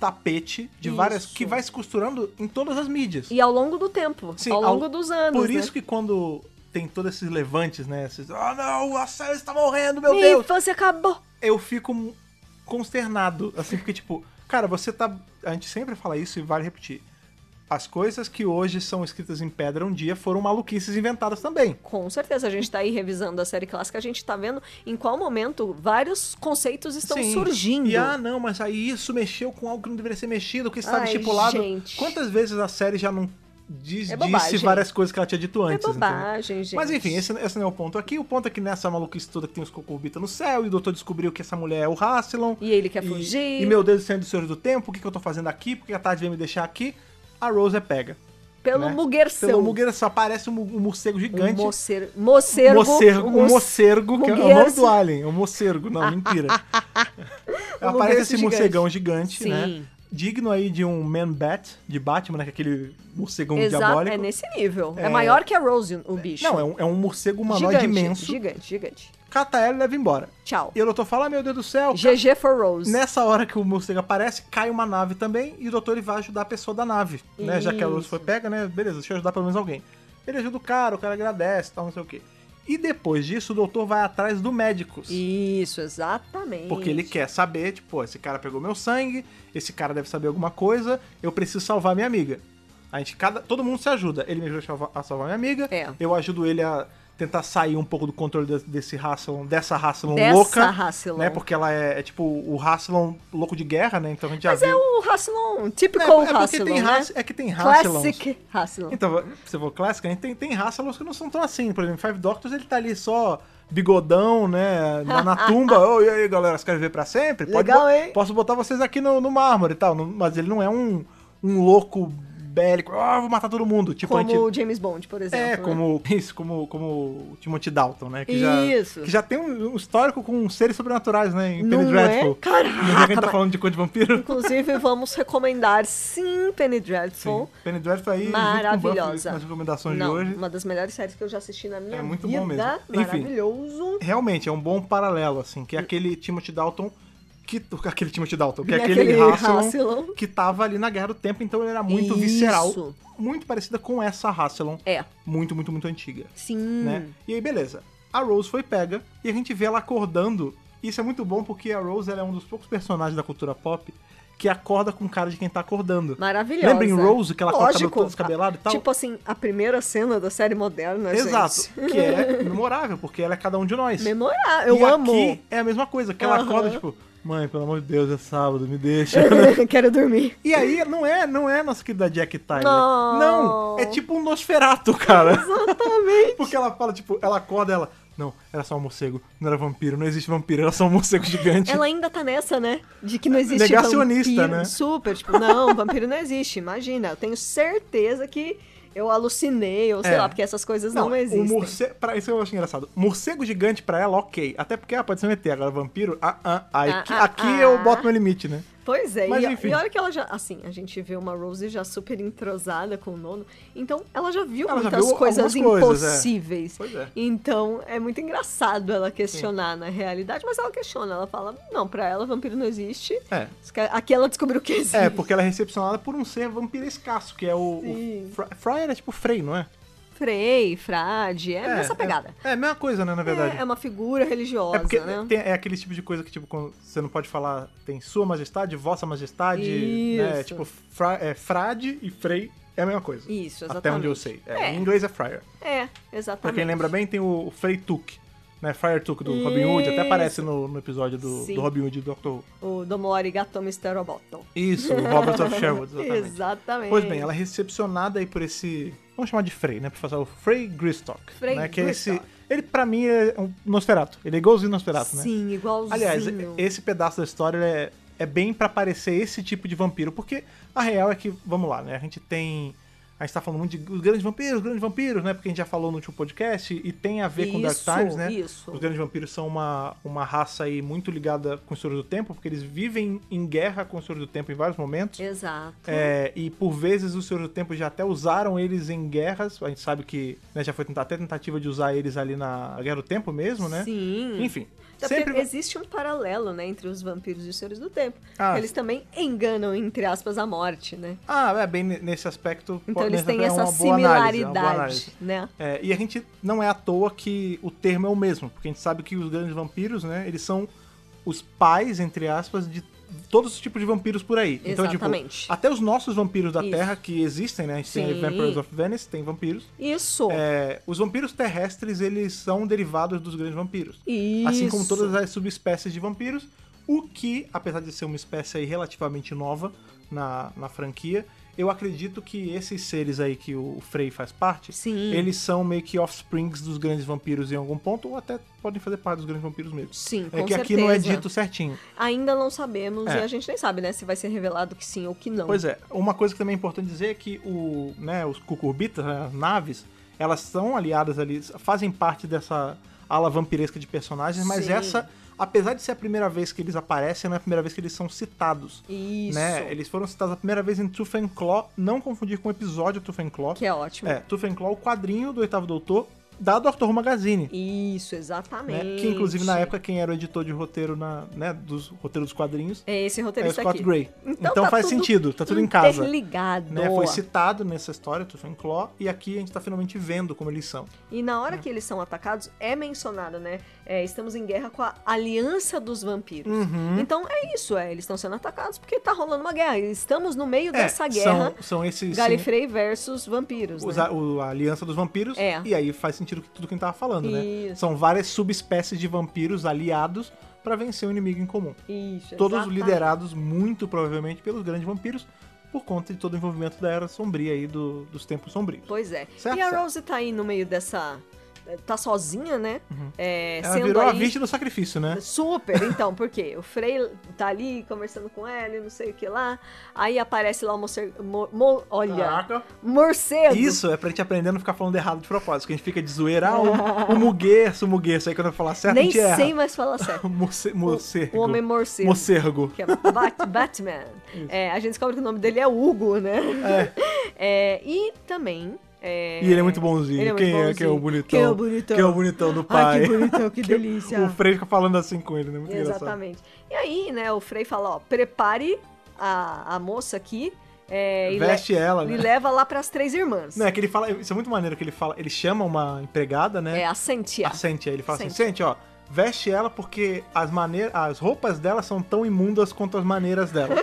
Speaker 1: tapete de
Speaker 2: Isso.
Speaker 1: várias que vai se costurando em todas as mídias.
Speaker 2: E ao longo do tempo,
Speaker 1: é Sim,
Speaker 2: ao
Speaker 1: ao-
Speaker 2: longo dos anos,
Speaker 1: Por
Speaker 2: né?
Speaker 1: isso que quando tem todos esses levantes, né? Esses, ah não, a série está morrendo, meu
Speaker 2: Minha
Speaker 1: Deus!
Speaker 2: infância acabou.
Speaker 1: Eu fico consternado, assim, porque tipo, cara, você tá. A gente sempre fala isso e vale repetir. As coisas que hoje são escritas em pedra um dia foram maluquices inventadas também.
Speaker 2: Com certeza, a gente tá aí revisando a série clássica, a gente tá vendo em qual momento vários conceitos estão
Speaker 1: Sim.
Speaker 2: surgindo.
Speaker 1: E ah, não, mas aí isso mexeu com algo que não deveria ser mexido, que estava
Speaker 2: Ai,
Speaker 1: estipulado.
Speaker 2: gente.
Speaker 1: Quantas vezes a série já não diz, disse
Speaker 2: É bobagem.
Speaker 1: várias coisas que ela tinha dito
Speaker 2: é
Speaker 1: antes? entendeu?
Speaker 2: bobagem, gente.
Speaker 1: Mas enfim, esse, esse não é o ponto aqui. O ponto é que nessa maluquice toda que tem os cucurbita no céu, e o doutor descobriu que essa mulher é o Rassilon.
Speaker 2: E ele quer fugir.
Speaker 1: E meu Deus do céu, dos senhores do tempo, o que, que eu tô fazendo aqui? Porque a tarde vem me deixar aqui. A Rose é pega.
Speaker 2: Pelo
Speaker 1: né?
Speaker 2: Muguerção.
Speaker 1: Pelo Mugueira só aparece um, mu- um morcego
Speaker 2: Um
Speaker 1: gigante.
Speaker 2: mocer, mocergo.
Speaker 1: Mocergo,
Speaker 2: um
Speaker 1: um
Speaker 2: moc-
Speaker 1: mocergo, que é o nome
Speaker 2: Muguerço.
Speaker 1: do alien, o mocergo, não,
Speaker 2: *laughs*
Speaker 1: mentira. *laughs* Aparece esse
Speaker 2: Um gigante.
Speaker 1: morcegão gigante,
Speaker 2: Sim.
Speaker 1: né? Digno aí de um Man-Bat, de Batman, né? Que é aquele morcegão
Speaker 2: Exato,
Speaker 1: diabólico.
Speaker 2: é nesse nível. É,
Speaker 1: É.
Speaker 2: maior que a Rose, o bicho.
Speaker 1: Não, é um, é um morcego humanoide
Speaker 2: gigante,
Speaker 1: imenso.
Speaker 2: Gigante, gigante.
Speaker 1: Cata ela e leva embora.
Speaker 2: Tchau.
Speaker 1: E o Né? doutor fala, "Ah, meu Deus do céu.
Speaker 2: GG for Rose.
Speaker 1: Nessa hora que o morcego aparece, cai uma nave também e o doutor ele vai ajudar a pessoa da nave, né? Já que a Rose
Speaker 2: Isso.
Speaker 1: foi pega, né? Beleza, deixa eu ajudar pelo menos alguém. Ele ajuda o cara, o cara agradece, tal, não sei o quê. E depois disso, o doutor vai atrás do médicos.
Speaker 2: Isso, exatamente.
Speaker 1: Porque ele quer saber, tipo, "Pô, esse cara pegou meu sangue, esse cara deve saber alguma coisa, eu preciso salvar minha amiga. A gente, cada, todo mundo se ajuda. Ele me ajuda a salvar, a salvar minha amiga,
Speaker 2: É.
Speaker 1: eu ajudo ele a tentar sair um pouco do controle de- desse Hasselon, dessa Hasselon
Speaker 2: Dessa
Speaker 1: louca.
Speaker 2: Hasselon.
Speaker 1: Né, porque ela é, é tipo o Hasselon louco de guerra, né? Então a gente já
Speaker 2: Mas
Speaker 1: viu.
Speaker 2: é o Rassilon, típico
Speaker 1: é, é porque
Speaker 2: Rassilon,
Speaker 1: tem
Speaker 2: né?
Speaker 1: Hass- é que tem Hasselons.
Speaker 2: Classic Rassilon.
Speaker 1: Então, se eu for clássica, a gente tem, tem Hasselons que não são tão assim. Por exemplo, Five Doctors ele tá ali só bigodão, né? Na, na
Speaker 2: *laughs*
Speaker 1: tumba. Ô, e aí, galera, vocês querem ver pra sempre?
Speaker 2: Legal,
Speaker 1: bo-
Speaker 2: hein?
Speaker 1: Posso botar vocês aqui no, no mármore e tal. não- mas ele não é um, um louco bélico. Ah, vou matar todo mundo. Tipo, a
Speaker 2: como
Speaker 1: gente.
Speaker 2: o James Bond, por exemplo.
Speaker 1: É,
Speaker 2: né?
Speaker 1: como, *laughs* isso, como, como o Timothy Dalton, né? Que já,
Speaker 2: Isso.
Speaker 1: Que já tem um, um histórico com seres sobrenaturais, né? Em Penny
Speaker 2: Não
Speaker 1: Dreadful.
Speaker 2: é? Caraca,
Speaker 1: Não é que a gente tá
Speaker 2: mas-
Speaker 1: falando de cor de vampiro?
Speaker 2: Inclusive, vamos recomendar, sim, Penny Dreadful.
Speaker 1: Penny Dreadful tá aí, junto com o Buffy,
Speaker 2: Maravilhosa.
Speaker 1: nas recomendações de
Speaker 2: Não,
Speaker 1: hoje.
Speaker 2: Uma das melhores séries que eu já assisti na minha
Speaker 1: É
Speaker 2: vida.
Speaker 1: muito bom mesmo. Enfim.
Speaker 2: Maravilhoso.
Speaker 1: Realmente, é um bom paralelo, assim, que é aquele Timothy Dalton que... *laughs* Aquele Timothy Dalton, que é
Speaker 2: E
Speaker 1: aquele
Speaker 2: Né, aquele
Speaker 1: Rassilon
Speaker 2: Rassilon.
Speaker 1: que tava ali na Guerra do Tempo, então ele era muito
Speaker 2: Isso.
Speaker 1: visceral. Muito parecida com essa Rassilon,
Speaker 2: É.
Speaker 1: muito, muito, muito antiga.
Speaker 2: Sim.
Speaker 1: né? E aí, beleza. A Rose foi pega e a gente vê ela acordando. Isso é muito bom porque a Rose ela é um dos poucos personagens da cultura pop que acorda com cara de quem tá acordando.
Speaker 2: Maravilhosa.
Speaker 1: Lembra em Rose, que ela com o
Speaker 2: Lógico.
Speaker 1: cabelo todo descabelado e tal?
Speaker 2: Tipo assim, a primeira cena da série moderna,
Speaker 1: Exato.
Speaker 2: gente.
Speaker 1: Que
Speaker 2: *laughs*
Speaker 1: é memorável, porque ela é cada um de nós.
Speaker 2: Memorável. Eu
Speaker 1: e
Speaker 2: amo.
Speaker 1: aqui é a mesma coisa, que ela
Speaker 2: Aham.
Speaker 1: acorda, tipo, mãe, pelo amor de Deus, é sábado, me deixa.
Speaker 2: *laughs* Quero dormir.
Speaker 1: e aí, não é, não é a nossa querida Jack Tyler.
Speaker 2: Não.
Speaker 1: não, é tipo um Nosferato, cara.
Speaker 2: *laughs*
Speaker 1: Porque ela fala, tipo, ela acorda, ela. Não, era só um morcego, não era vampiro, não existe vampiro, era só um morcego gigante.
Speaker 2: Ela ainda tá nessa, né? De que não existe
Speaker 1: Negacionista,
Speaker 2: vampiro.
Speaker 1: né?
Speaker 2: Super, tipo, *laughs* não, vampiro não existe. Imagina, eu tenho certeza que eu alucinei, ou sei
Speaker 1: É.
Speaker 2: lá, porque essas coisas não,
Speaker 1: O
Speaker 2: existem.
Speaker 1: morcego, pra, isso eu acho engraçado. Morcego gigante pra ela, ok. Até porque ela pode ser um ET, agora vampiro, ah, ah, ah.
Speaker 2: Ah,
Speaker 1: Aqui,
Speaker 2: ah,
Speaker 1: aqui
Speaker 2: ah.
Speaker 1: eu boto meu limite, né?
Speaker 2: Pois é,
Speaker 1: Mas
Speaker 2: e,
Speaker 1: enfim.
Speaker 2: e olha que ela já. Assim, a gente vê uma Rose já super entrosada com o nono. Então, ela já viu
Speaker 1: Ela já
Speaker 2: muitas
Speaker 1: viu
Speaker 2: coisas
Speaker 1: algumas coisas, é.
Speaker 2: impossíveis.
Speaker 1: Pois é.
Speaker 2: Então, é muito engraçado ela questionar na realidade, mas ela questiona, ela fala: não, pra ela, vampiro não existe.
Speaker 1: É.
Speaker 2: Os ca- Aqui ela descobriu que existe.
Speaker 1: É, porque ela é recepcionada por um ser vampiro escasso, que é o.
Speaker 2: Sim.
Speaker 1: o Fry, Fry era tipo Frey, não é?
Speaker 2: Frei, frade, é, nessa pegada.
Speaker 1: É, é a mesma coisa, né, na verdade.
Speaker 2: É, é uma figura religiosa,
Speaker 1: É porque
Speaker 2: né?
Speaker 1: tem- é aquele tipo de coisa que, tipo, quando você não pode falar tem sua majestade, vossa majestade,
Speaker 2: Isso.
Speaker 1: né? Tipo, fra- é, frade e frei é a mesma coisa.
Speaker 2: Isso, exatamente.
Speaker 1: Até onde eu sei. É,
Speaker 2: É.
Speaker 1: Em inglês é friar.
Speaker 2: É,
Speaker 1: Pra
Speaker 2: exatamente.
Speaker 1: quem lembra bem, tem o, o Frei Tuck, né? Friar Tuck do Robin Hood, até
Speaker 2: Isso.
Speaker 1: aparece no, no episódio do,
Speaker 2: Sim.
Speaker 1: do Robin Hood e do Dr. Who.
Speaker 2: O Domori Gato Mr. Roboto.
Speaker 1: Isso, o Robert
Speaker 2: *laughs*
Speaker 1: of Sherwood, exatamente.
Speaker 2: Exatamente.
Speaker 1: Pois bem, ela é recepcionada aí por esse. Vamos chamar de Frei, né? Pra fazer o Frei Gristock.
Speaker 2: Frei
Speaker 1: né? Que é esse.
Speaker 2: Gristock.
Speaker 1: Ele, pra mim, é um Nosferato. Ele é igualzinho Nosferato, né?
Speaker 2: Sim, igualzinho.
Speaker 1: Aliás, esse pedaço da história é, é bem pra parecer esse tipo de vampiro, porque a real é que, vamos lá, né? A gente tem. A gente tá falando muito de os grandes vampiros, os grandes vampiros, né? Porque a gente já falou no último podcast e tem a ver com Dark
Speaker 2: Isso,
Speaker 1: Times, né?
Speaker 2: isso.
Speaker 1: Os grandes vampiros são uma, uma raça aí muito ligada com os Senhores do Tempo, porque eles vivem em guerra com os Senhores do Tempo em vários momentos.
Speaker 2: Exato.
Speaker 1: É, e por vezes os Senhores do Tempo já até usaram eles em guerras. A gente sabe que né, já foi tentar, até tentativa de usar eles ali na Guerra do Tempo mesmo, né?
Speaker 2: Sim.
Speaker 1: Enfim.
Speaker 2: Até porque
Speaker 1: sempre...
Speaker 2: Existe um paralelo, né, entre os vampiros e os senhores do tempo.
Speaker 1: Ah.
Speaker 2: Eles também enganam, entre aspas, a morte, né?
Speaker 1: Ah, é bem ne- nesse aspecto.
Speaker 2: Então
Speaker 1: pô,
Speaker 2: eles
Speaker 1: nessa
Speaker 2: têm
Speaker 1: é
Speaker 2: essa
Speaker 1: uma boa análise, é uma boa
Speaker 2: similaridade,
Speaker 1: análise.
Speaker 2: né?
Speaker 1: É, e a gente não é à toa que o termo é o mesmo, porque a gente sabe que os grandes vampiros, né, eles são os pais, entre aspas, de todos os tipos de vampiros por aí. Então,
Speaker 2: Exatamente.
Speaker 1: tipo, até os nossos vampiros da
Speaker 2: Isso.
Speaker 1: Terra que existem, né? A gente tem
Speaker 2: Sim.
Speaker 1: Vampires of Venice, tem vampiros.
Speaker 2: Isso.
Speaker 1: É, os vampiros terrestres, eles são derivados dos grandes vampiros.
Speaker 2: Isso.
Speaker 1: Assim como todas as subespécies de vampiros, o que, apesar de ser uma espécie aí relativamente nova na, na franquia, eu acredito que esses seres aí que o, o Frey faz parte,
Speaker 2: Sim.
Speaker 1: eles são meio que offsprings dos grandes vampiros em algum ponto, ou até podem fazer parte dos grandes vampiros mesmo.
Speaker 2: Sim, com
Speaker 1: é que
Speaker 2: certeza.
Speaker 1: aqui não é dito certinho.
Speaker 2: Ainda não sabemos
Speaker 1: É.
Speaker 2: e a gente nem sabe, né, se vai ser revelado que sim ou que não.
Speaker 1: Pois é, uma coisa que também é importante dizer é que o, né, os cucurbitas, né, as naves, elas são aliadas ali, fazem parte dessa ala vampiresca de personagens, mas
Speaker 2: Sim.
Speaker 1: essa, apesar de ser a primeira vez que eles aparecem, não é a primeira vez que eles são citados.
Speaker 2: Isso.
Speaker 1: Né? Eles foram citados a primeira vez em Tufenclaw, não confundir com o episódio Tufenclaw.
Speaker 2: Que é ótimo.
Speaker 1: É, Tufenclaw, o quadrinho do Oitavo Doutor, da Doctor Who Magazine.
Speaker 2: Isso,
Speaker 1: né?
Speaker 2: exatamente.
Speaker 1: Que inclusive na época quem era o editor de roteiro na, né, dos roteiros dos quadrinhos
Speaker 2: É esse
Speaker 1: é o
Speaker 2: roteirista
Speaker 1: Scott
Speaker 2: aqui.
Speaker 1: Gray. Então,
Speaker 2: tá
Speaker 1: faz
Speaker 2: tudo
Speaker 1: sentido, tá tudo em casa
Speaker 2: Interligado.
Speaker 1: né, Foi citado nessa história, Tufan Claw, e aqui a gente tá finalmente vendo como eles são.
Speaker 2: E na hora que eles são atacados, é mencionado, né? É, estamos em guerra com a Aliança dos Vampiros.
Speaker 1: Uhum.
Speaker 2: Então é isso, é. Eles estão sendo atacados porque tá rolando uma guerra. E Estamos no meio dessa guerra.
Speaker 1: É, são, são esses. sim,
Speaker 2: Galifrey versus vampiros.
Speaker 1: os
Speaker 2: né?
Speaker 1: a, o- a Aliança dos Vampiros.
Speaker 2: É.
Speaker 1: E aí faz sentido que tudo que a gente tava falando, né?
Speaker 2: Isso.
Speaker 1: São várias subespécies de vampiros aliados pra vencer um inimigo em comum.
Speaker 2: Isso,
Speaker 1: Todos
Speaker 2: exatamente.
Speaker 1: liderados, muito provavelmente, pelos grandes vampiros, por conta de todo o envolvimento da Era Sombria aí, do- dos tempos sombrios.
Speaker 2: Pois é.
Speaker 1: Certo,
Speaker 2: e a
Speaker 1: certo.
Speaker 2: Rose tá aí no meio dessa tá sozinha, né? É,
Speaker 1: Uhum. Ela
Speaker 2: sendo
Speaker 1: virou a
Speaker 2: aí...
Speaker 1: vítima do sacrifício, né?
Speaker 2: Super, então, por quê? O Frei tá ali conversando com ela, e não sei o que lá. Aí aparece lá o morcego. mo- mo- olha,
Speaker 1: Caraca.
Speaker 2: morcego.
Speaker 1: Isso é pra gente aprender a não ficar falando errado de propósito, que a gente fica de zoeira, ah, o, o mugueço, o mugueço. Aí quando eu falar certo,
Speaker 2: Nem
Speaker 1: a gente erra. *laughs*
Speaker 2: sei mais falar certo.
Speaker 1: Morce-
Speaker 2: O-
Speaker 1: morcego.
Speaker 2: O homem é morcego.
Speaker 1: Morcego.
Speaker 2: Que é Bat- Batman. É, a gente descobre que o nome dele é Hugo, né? *laughs* É, e também. é,
Speaker 1: E ele é muito bonzinho.
Speaker 2: Ele é muito
Speaker 1: quem, É, quem é o
Speaker 2: bonzinho.
Speaker 1: bonitão?
Speaker 2: Quem é o bonitão?
Speaker 1: Quem é o bonitão do pai?
Speaker 2: Ai, Ah, que
Speaker 1: *laughs*
Speaker 2: bonitão, que delícia.
Speaker 1: O Frei fica falando assim com ele, né? Muito engraçado.
Speaker 2: Exatamente. E aí, né, o Frei fala, ó, prepare a, a moça aqui é, e, le-
Speaker 1: Veste ela,
Speaker 2: e
Speaker 1: né?
Speaker 2: leva lá pras três irmãs.
Speaker 1: Não, é que ele fala, isso é muito maneiro que ele fala, ele chama uma empregada, né?
Speaker 2: É, a Santia.
Speaker 1: A Sente, aí ele fala assim,
Speaker 2: Cynthia.
Speaker 1: Sente, ó, veste ela porque as maneiras, as roupas dela são tão imundas quanto as maneiras
Speaker 2: *laughs*
Speaker 1: dela. Né?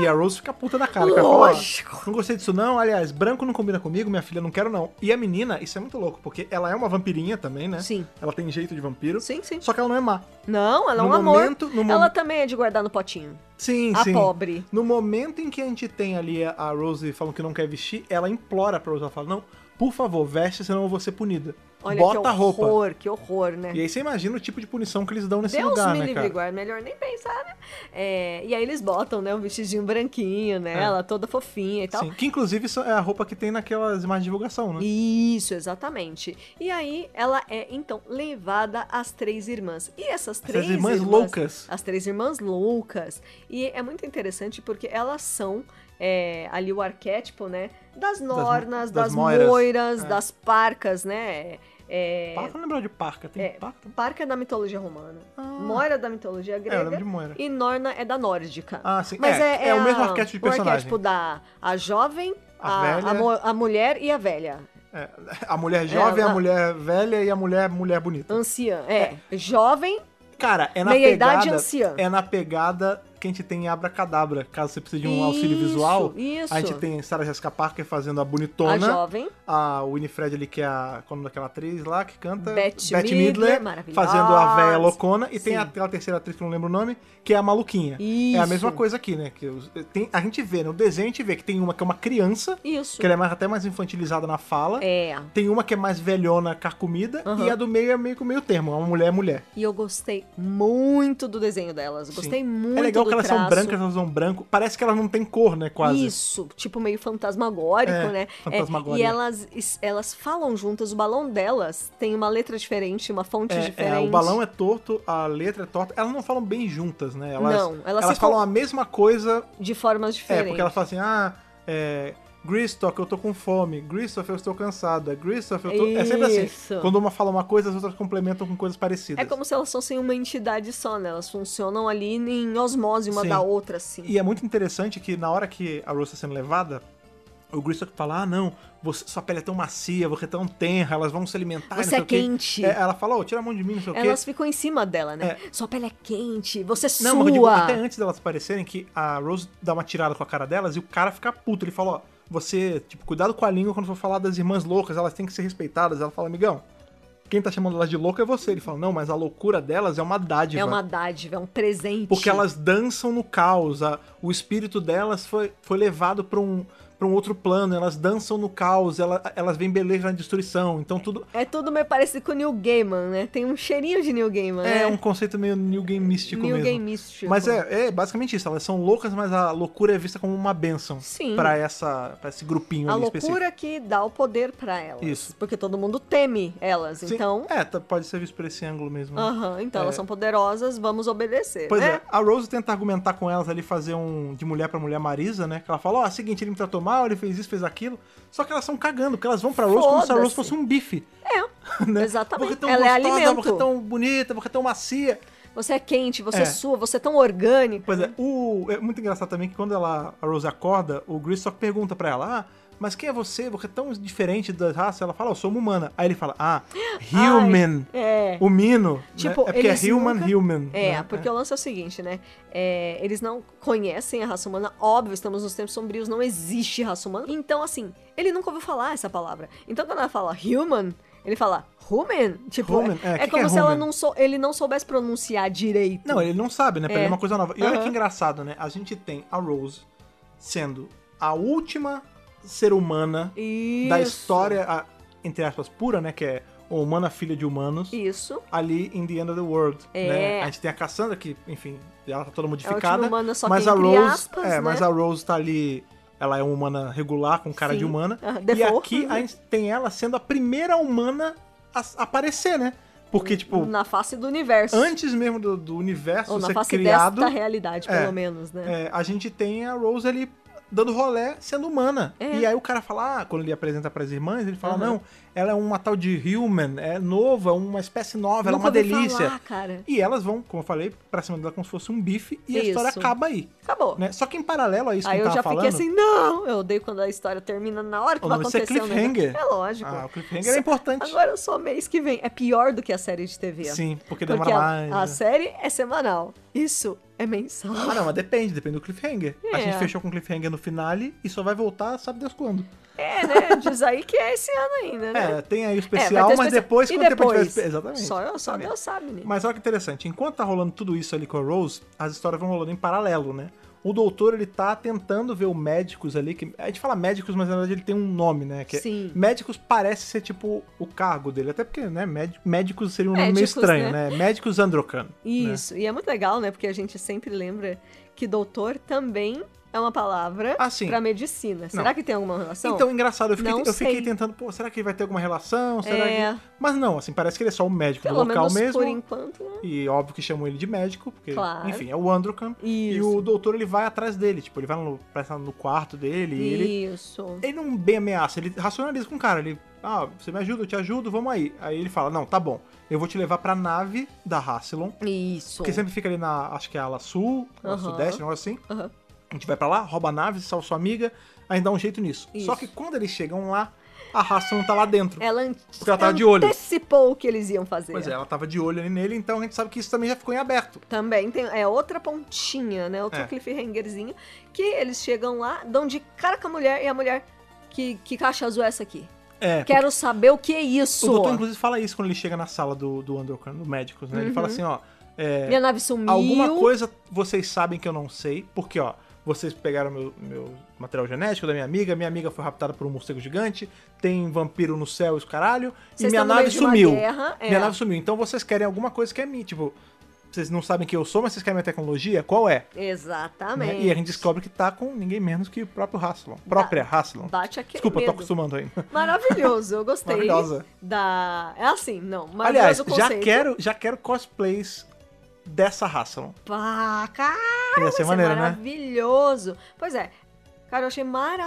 Speaker 1: E a Rose fica puta da cara. que ela fala, ó,
Speaker 2: Lógico.
Speaker 1: Não gostei disso não, aliás, branco não combina comigo, minha filha, não quero não. E a menina, isso é muito louco, porque ela é uma vampirinha também, né?
Speaker 2: Sim.
Speaker 1: Ela tem jeito de vampiro.
Speaker 2: Sim, sim.
Speaker 1: Só que ela não é má.
Speaker 2: Não, ela é
Speaker 1: No
Speaker 2: um amor.
Speaker 1: momento- no
Speaker 2: ela
Speaker 1: mom-
Speaker 2: também é de guardar no potinho.
Speaker 1: Sim,
Speaker 2: a
Speaker 1: sim.
Speaker 2: pobre.
Speaker 1: No momento em que a gente tem ali a- a Rose falando que não quer vestir, ela implora pra Rose, ela fala, não, por favor, veste, senão eu vou ser punida.
Speaker 2: Olha
Speaker 1: Bota
Speaker 2: que
Speaker 1: a roupa.
Speaker 2: horror, que horror, né?
Speaker 1: E aí você imagina o tipo de punição que eles dão nesse
Speaker 2: Deus
Speaker 1: lugar,
Speaker 2: me
Speaker 1: né,
Speaker 2: livre,
Speaker 1: cara?
Speaker 2: guarda. Melhor nem pensar, né? É, e aí eles botam, né? Um vestidinho branquinho
Speaker 1: É.
Speaker 2: nela, toda fofinha e tal.
Speaker 1: Sim, que inclusive isso é a roupa que tem naquelas imagens de divulgação, né?
Speaker 2: Isso, exatamente. E aí ela é então levada às três irmãs. E essas três
Speaker 1: irmãs loucas.
Speaker 2: As três irmãs loucas. E é muito interessante porque elas são é, ali o arquétipo, né? Das nornas, das,
Speaker 1: das moiras.
Speaker 2: moiras,
Speaker 1: É.
Speaker 2: das parcas, né? É,
Speaker 1: Para pra lembrar de parca, tem
Speaker 2: é,
Speaker 1: parca?
Speaker 2: parca é da mitologia romana,
Speaker 1: Ah.
Speaker 2: moira da mitologia
Speaker 1: É, eu lembro
Speaker 2: grega
Speaker 1: de moira.
Speaker 2: e norna é da nórdica.
Speaker 1: Ah, sim.
Speaker 2: Mas é,
Speaker 1: é, é o mesmo
Speaker 2: a-
Speaker 1: arquétipo de
Speaker 2: O
Speaker 1: personagem.
Speaker 2: arquétipo da a jovem,
Speaker 1: A
Speaker 2: a,
Speaker 1: velha.
Speaker 2: a mo- a mulher e a velha.
Speaker 1: É, a mulher jovem,
Speaker 2: ela-
Speaker 1: a mulher velha e a mulher mulher bonita.
Speaker 2: Anciã, é. Jovem,
Speaker 1: Cara, é na
Speaker 2: Meia-idade
Speaker 1: pegada.
Speaker 2: anciã.
Speaker 1: É na pegada que a gente tem em Abracadabra. Caso você precise de um auxílio
Speaker 2: Isso,
Speaker 1: visual,
Speaker 2: isso.
Speaker 1: a gente tem Sarah Jessica Parker fazendo a
Speaker 2: a
Speaker 1: bonitona.
Speaker 2: jovem,
Speaker 1: A Winifred ali, que é a, qual é o nome daquela atriz lá que canta?
Speaker 2: Bette
Speaker 1: Bette
Speaker 2: Midler, maravilhosa.
Speaker 1: fazendo a véia loucona. E tem
Speaker 2: Sim.
Speaker 1: aquela terceira atriz que eu não lembro o nome, que é a maluquinha. É a
Speaker 2: Isso.
Speaker 1: mesma coisa aqui, né? Que os- tem, a gente vê, no desenho a gente vê que tem uma que é uma criança,
Speaker 2: isso.
Speaker 1: que ela é mais- até mais infantilizada na fala.
Speaker 2: É.
Speaker 1: Tem uma que é mais velhona, carcomida,
Speaker 2: Aham.
Speaker 1: e a do meio é meio que o meio termo, é uma mulher é mulher.
Speaker 2: E eu gostei muito do desenho delas. Gostei muito
Speaker 1: é legal
Speaker 2: do
Speaker 1: que elas são
Speaker 2: traço.
Speaker 1: brancas, elas usam branco. Parece que elas não têm cor, né? Quase.
Speaker 2: Isso, tipo meio fantasmagórico,
Speaker 1: É,
Speaker 2: né?
Speaker 1: fantasmagória.
Speaker 2: e elas, es- elas falam juntas, o balão delas tem uma letra diferente, uma fonte
Speaker 1: É,
Speaker 2: diferente.
Speaker 1: é, o balão é torto, a letra é torta. Elas não falam bem juntas, né? Elas,
Speaker 2: Não, elas se
Speaker 1: falam
Speaker 2: com-
Speaker 1: a mesma coisa.
Speaker 2: De formas
Speaker 1: É,
Speaker 2: diferentes.
Speaker 1: porque elas falam assim, ah, é. Gristoff, eu tô com fome. Gristoff, eu estou cansada. Gristoff, eu tô. É sempre assim.
Speaker 2: Isso.
Speaker 1: Quando uma fala uma coisa, as outras complementam com coisas parecidas.
Speaker 2: É como se elas fossem uma entidade só, né? Elas funcionam ali em osmose uma
Speaker 1: Sim.
Speaker 2: da outra, assim.
Speaker 1: E é muito interessante que na hora que a Rose tá sendo levada, o Gristock fala: Ah, não, você- sua pele é tão macia, você é tão tenra, elas vão se alimentar. e
Speaker 2: Você
Speaker 1: não sei
Speaker 2: é
Speaker 1: o quê."
Speaker 2: quente.
Speaker 1: É, ela fala: Ô, tira a mão de mim, não sei o
Speaker 2: Elas
Speaker 1: quê.
Speaker 2: ficam em cima dela, né? Sua pele é quente, você sua.
Speaker 1: Não, mas eu digo, até antes delas aparecerem, que a Rose dá uma tirada com a cara delas e o cara fica puto. Ele fala: Ó, você, tipo, cuidado com a língua quando for falar das irmãs loucas, elas têm que ser respeitadas. Ela fala: Amigão, quem tá chamando elas de louca é você. Ele fala: Não, mas a loucura delas é uma dádiva.
Speaker 2: É uma dádiva, é um presente.
Speaker 1: Porque elas dançam no caos. a- o espírito delas foi, foi levado para um, pra um outro plano. Elas dançam no caos. ela- elas veem beleza na destruição. Então tudo.
Speaker 2: É tudo meio parecido com o Neil Gaiman, né? Tem um cheirinho de Neil Gaiman, né?
Speaker 1: É, um conceito meio New Game místico
Speaker 2: New
Speaker 1: mesmo.
Speaker 2: Game Mystico.
Speaker 1: Mas é, é basicamente isso. Elas são loucas, mas a loucura é vista como uma benção
Speaker 2: Sim.
Speaker 1: para essa pra esse grupinho
Speaker 2: A
Speaker 1: ali um específico.
Speaker 2: loucura é que dá o poder pra elas.
Speaker 1: Isso.
Speaker 2: Porque todo mundo teme elas,
Speaker 1: Sim,
Speaker 2: então...
Speaker 1: É, tá- pode ser visto por esse ângulo mesmo. né?
Speaker 2: Aham, então
Speaker 1: É.
Speaker 2: elas são poderosas, vamos obedecer,
Speaker 1: Pois
Speaker 2: né?
Speaker 1: é. a Rose tenta argumentar com elas ali, fazer um de mulher pra mulher Marisa, né? Que ela fala, ó, seguinte, ele me tratou mal, ele fez isso, fez aquilo. Só que elas são cagando, porque elas vão pra Rose como se a Rose
Speaker 2: Foda-se.
Speaker 1: fosse um bife.
Speaker 2: É,
Speaker 1: *laughs* Né?
Speaker 2: exatamente.
Speaker 1: Porque tão
Speaker 2: Ela
Speaker 1: gostosa,
Speaker 2: é alimento.
Speaker 1: Porque tão bonita, porque tão macia.
Speaker 2: Você é quente, você
Speaker 1: É.
Speaker 2: é. sua, você é tão orgânica.
Speaker 1: Pois é, o, é muito engraçado também que quando ela, a Rose acorda, o Gristock pergunta pra ela, ah, mas quem é você? Você é tão diferente da raça. Ela fala, eu sou uma humana. Aí ele fala,
Speaker 2: *gasps*
Speaker 1: ah, human.
Speaker 2: É.
Speaker 1: Humino.
Speaker 2: Tipo,
Speaker 1: né? É porque
Speaker 2: eles
Speaker 1: é human,
Speaker 2: nunca-
Speaker 1: human.
Speaker 2: É,
Speaker 1: né?
Speaker 2: porque o lance é o seguinte, né? É, eles não conhecem a raça humana. Óbvio, estamos nos tempos sombrios, não existe raça humana. Então, assim, ele nunca ouviu falar essa palavra. Então, quando ela fala human, ele fala human. Tipo,
Speaker 1: Human? É,
Speaker 2: é,
Speaker 1: que que
Speaker 2: como
Speaker 1: é
Speaker 2: se ela
Speaker 1: human?
Speaker 2: não sou, ele não soubesse pronunciar direito.
Speaker 1: Não, ele não sabe, né? Pra
Speaker 2: É.
Speaker 1: ele é uma coisa nova. E olha
Speaker 2: Aham.
Speaker 1: que engraçado, né? A gente tem a Rose sendo a última ser humana
Speaker 2: Isso.
Speaker 1: da história, a- entre aspas, pura, né? Que é ou Humana Filha de Humanos,
Speaker 2: Isso.
Speaker 1: ali em The End of the World.
Speaker 2: É.
Speaker 1: Né? A gente tem a Cassandra, que, enfim, ela tá toda
Speaker 2: é o
Speaker 1: modificada.
Speaker 2: time humano, só
Speaker 1: mas
Speaker 2: que
Speaker 1: a
Speaker 2: entre
Speaker 1: Rose.
Speaker 2: aspas,
Speaker 1: é,
Speaker 2: né?
Speaker 1: mas a Rose tá ali. Ela é uma humana regular, com cara de
Speaker 2: Sim.
Speaker 1: humana.
Speaker 2: Ah,
Speaker 1: E
Speaker 2: default,
Speaker 1: aqui
Speaker 2: né?
Speaker 1: a gente tem ela sendo a primeira humana a s- aparecer, né? Porque, tipo,
Speaker 2: na face do universo.
Speaker 1: antes mesmo do, do universo
Speaker 2: ou na
Speaker 1: ser
Speaker 2: face
Speaker 1: criado,
Speaker 2: desta realidade,
Speaker 1: É.
Speaker 2: pelo menos, né?
Speaker 1: é, a gente tem a Rose ali dando rolé sendo humana.
Speaker 2: É.
Speaker 1: E aí o cara fala, ah, quando ele apresenta pras irmãs, ele fala,
Speaker 2: Aham.
Speaker 1: não, ela é uma tal de human, é nova, uma espécie nova, ela é
Speaker 2: Nunca
Speaker 1: uma
Speaker 2: ouvi
Speaker 1: delícia.
Speaker 2: falar, cara.
Speaker 1: E elas vão, como eu falei, pra cima dela como se fosse um bife, e a
Speaker 2: Isso.
Speaker 1: história acaba aí.
Speaker 2: Acabou.
Speaker 1: né? Só que em paralelo a isso
Speaker 2: Aí
Speaker 1: que
Speaker 2: eu
Speaker 1: eu
Speaker 2: já
Speaker 1: tava falando.
Speaker 2: fiquei assim, não! Eu odeio quando a história termina na hora que
Speaker 1: O
Speaker 2: vai
Speaker 1: nome disso é
Speaker 2: acontecer o
Speaker 1: cliffhanger.
Speaker 2: negócio. É lógico.
Speaker 1: Ah, o cliffhanger é
Speaker 2: Só-
Speaker 1: importante.
Speaker 2: Agora só mês que vem. É pior do que a série de TV.
Speaker 1: Sim, porque demora
Speaker 2: Porque a,
Speaker 1: mais.
Speaker 2: a
Speaker 1: né?
Speaker 2: série é semanal. Isso é mensal. *laughs*
Speaker 1: Ah, não, mas depende, depende do cliffhanger. A
Speaker 2: É.
Speaker 1: gente fechou com cliffhanger no finale e só vai voltar, sabe Deus quando.
Speaker 2: É, né? Diz aí que é esse ano ainda, né?
Speaker 1: É, tem aí o
Speaker 2: É, vai ter
Speaker 1: especial, mas
Speaker 2: especial.
Speaker 1: depois,
Speaker 2: E
Speaker 1: quando o tempo
Speaker 2: depois?
Speaker 1: tiver... Exatamente.
Speaker 2: Só, só
Speaker 1: exatamente.
Speaker 2: Deus sabe, né?
Speaker 1: Mas olha que interessante, enquanto tá rolando tudo isso ali com a Rose, as histórias vão rolando em paralelo, né? O doutor, ele tá tentando ver o médicos ali, que a gente fala médicos, mas na verdade ele tem um nome, né? Que é-
Speaker 2: Sim.
Speaker 1: Médicos parece ser tipo o cargo dele, até porque, né? médi- Médicos seria um nome meio
Speaker 2: Médicos,
Speaker 1: estranho, né? Médicos Androcan.
Speaker 2: Isso. E é muito legal, né? Porque a gente sempre lembra que doutor também é uma palavra
Speaker 1: Ah, sim.
Speaker 2: pra medicina. Será que tem alguma relação?
Speaker 1: Então, engraçado, eu fiquei,
Speaker 2: Não
Speaker 1: eu fiquei
Speaker 2: sei.
Speaker 1: tentando, pô, será que vai ter alguma relação? Será
Speaker 2: É.
Speaker 1: que... Mas não, assim, parece que ele é só o médico
Speaker 2: Pelo
Speaker 1: do local
Speaker 2: menos
Speaker 1: mesmo.
Speaker 2: por enquanto, né?
Speaker 1: E óbvio que chamam ele de médico, porque,
Speaker 2: Claro.
Speaker 1: enfim, é o Androcan. E
Speaker 2: Isso.
Speaker 1: o doutor, ele vai atrás dele, tipo, ele vai no, parece lá no quarto dele e ele...
Speaker 2: Isso.
Speaker 1: Ele não bem ameaça, ele racionaliza com o cara, ele... Ah, você me ajuda, eu te ajudo, vamos aí. Aí ele fala, não, tá bom, eu vou te levar pra nave da Rassilon,
Speaker 2: Isso.
Speaker 1: porque sempre fica ali na, acho que é a ala sul, ala
Speaker 2: Aham.
Speaker 1: sudeste, um negócio assim.
Speaker 2: Aham.
Speaker 1: A gente vai pra lá, rouba a nave, salva sua amiga, aí dá um jeito nisso.
Speaker 2: Isso. É.
Speaker 1: Só que quando eles chegam lá, a raça não tá lá dentro.
Speaker 2: Ela
Speaker 1: Porque ela tava de olho.
Speaker 2: antecipou o que eles iam fazer.
Speaker 1: Pois é, ela tava de olho ali nele, então a gente sabe que isso também já ficou em aberto.
Speaker 2: Também tem é outra pontinha, né? Outro
Speaker 1: É.
Speaker 2: cliffhangerzinho. Que eles chegam lá, dão de cara com a mulher e a mulher. Que, que caixa azul é essa aqui?
Speaker 1: É.
Speaker 2: Quero saber o que é isso.
Speaker 1: O doutor, inclusive, fala isso quando ele chega na sala do, do Undercan, do médicos, né? Ele
Speaker 2: Uhum.
Speaker 1: fala assim, ó. é,
Speaker 2: Minha nave sumiu.
Speaker 1: alguma coisa vocês sabem que eu não sei, porque, ó, vocês pegaram meu, meu material genético da minha amiga, minha amiga foi raptada por um morcego gigante, tem vampiro no céu e os caralho,
Speaker 2: Vocês
Speaker 1: e minha
Speaker 2: estão no
Speaker 1: nave
Speaker 2: meio de uma
Speaker 1: sumiu.
Speaker 2: guerra, é.
Speaker 1: Minha nave sumiu. Então vocês querem alguma coisa que é minha, tipo, vocês não sabem quem eu sou, mas vocês querem minha tecnologia? Qual é? Né?
Speaker 2: Exatamente.
Speaker 1: E a gente descobre que tá com ninguém menos que o próprio Hasselon. Própria Hasselon.
Speaker 2: Bate aquele
Speaker 1: é- Desculpa, tô
Speaker 2: medo.
Speaker 1: acostumando ainda.
Speaker 2: Maravilhoso, eu gostei.
Speaker 1: Maravilhosa.
Speaker 2: Da... É assim, não.
Speaker 1: Aliás,
Speaker 2: Maravilhoso
Speaker 1: já é
Speaker 2: conceito.
Speaker 1: quero, já quero cosplays dessa Hasselon.
Speaker 2: Pá, cara,
Speaker 1: Ia ser
Speaker 2: isso
Speaker 1: maneiro,
Speaker 2: é
Speaker 1: né?
Speaker 2: maravilhoso. Pois é, cara, eu achei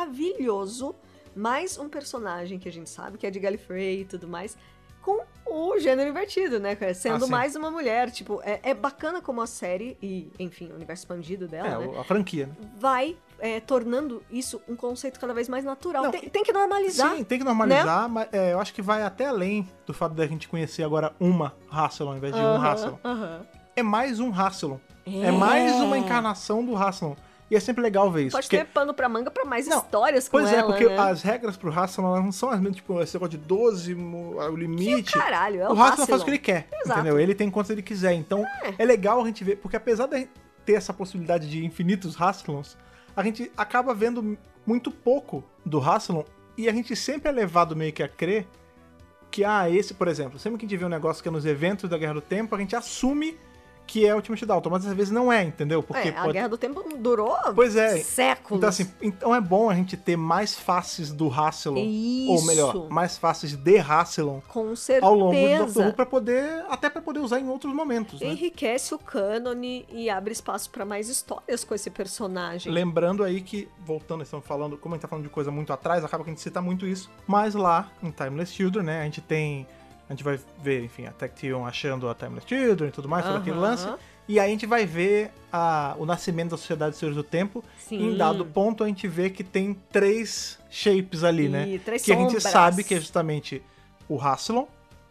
Speaker 2: maravilhoso mais um personagem que a gente sabe, que é de Gallifrey e tudo mais, com o gênero invertido, né? cara? Sendo
Speaker 1: Ah, sim.
Speaker 2: mais uma mulher. Tipo, é, é bacana como a série e, enfim, o universo expandido dela,
Speaker 1: É,
Speaker 2: né?
Speaker 1: o- a franquia, né?
Speaker 2: Vai é, tornando isso um conceito cada vez mais natural.
Speaker 1: Não,
Speaker 2: tem, tem que normalizar. né?
Speaker 1: Sim, tem que normalizar, mas é, eu acho que vai até além do fato da gente conhecer agora uma Hasselon ao invés de um
Speaker 2: Aham,
Speaker 1: Hasselon.
Speaker 2: aham.
Speaker 1: É mais um Hasselon. É.
Speaker 2: É.
Speaker 1: mais uma encarnação do Hasselon. E é sempre legal ver isso.
Speaker 2: Pode
Speaker 1: porque-
Speaker 2: ter pano pra manga pra mais
Speaker 1: Não,
Speaker 2: histórias com
Speaker 1: Pois é,
Speaker 2: ela,
Speaker 1: porque
Speaker 2: né?
Speaker 1: as regras pro Hasselon elas não são as mesmas, tipo, esse negócio de 12, mo- o limite.
Speaker 2: Caralho, é o,
Speaker 1: o Hasselon faz o que
Speaker 2: Hasselon.
Speaker 1: ele quer,
Speaker 2: Exato.
Speaker 1: entendeu? Ele tem quantos ele quiser. Então, é. legal a gente ver, porque apesar de ter essa possibilidade de infinitos Hasselons, a gente acaba vendo muito pouco do Hasselon e a gente sempre é levado meio que a crer que, ah, esse, por exemplo, sempre que a gente vê um negócio que é nos eventos da Guerra do Tempo, a gente assume que é Ultimate Dalton, mas às vezes não é, entendeu? Porque
Speaker 2: É, a Guerra do Tempo durou
Speaker 1: Pois é.
Speaker 2: séculos.
Speaker 1: Então, assim, então é bom a gente ter mais faces do Hasselon.
Speaker 2: Isso.
Speaker 1: Ou melhor, mais faces de Hasselon
Speaker 2: com certeza.
Speaker 1: ao longo do Doctor Who pra poder. Até pra poder usar em outros momentos, né?
Speaker 2: Enriquece o cânone e abre espaço pra mais histórias com esse personagem.
Speaker 1: Lembrando aí que, voltando, estamos falando, como a gente tá falando de coisa muito atrás, acaba que a gente cita muito isso. Mas lá, em Timeless Children, né, a gente tem. A gente vai ver, enfim, a Tech Theon achando a Timeless Children e tudo mais, todo aquele
Speaker 2: Aham.
Speaker 1: lance. E aí a gente vai ver a- o nascimento da Sociedade dos Senhores do Tempo.
Speaker 2: Sim.
Speaker 1: Em dado ponto, a gente vê que tem três shapes ali,
Speaker 2: E
Speaker 1: né?
Speaker 2: três
Speaker 1: que a gente
Speaker 2: sombras.
Speaker 1: sabe que é justamente o Rassilon,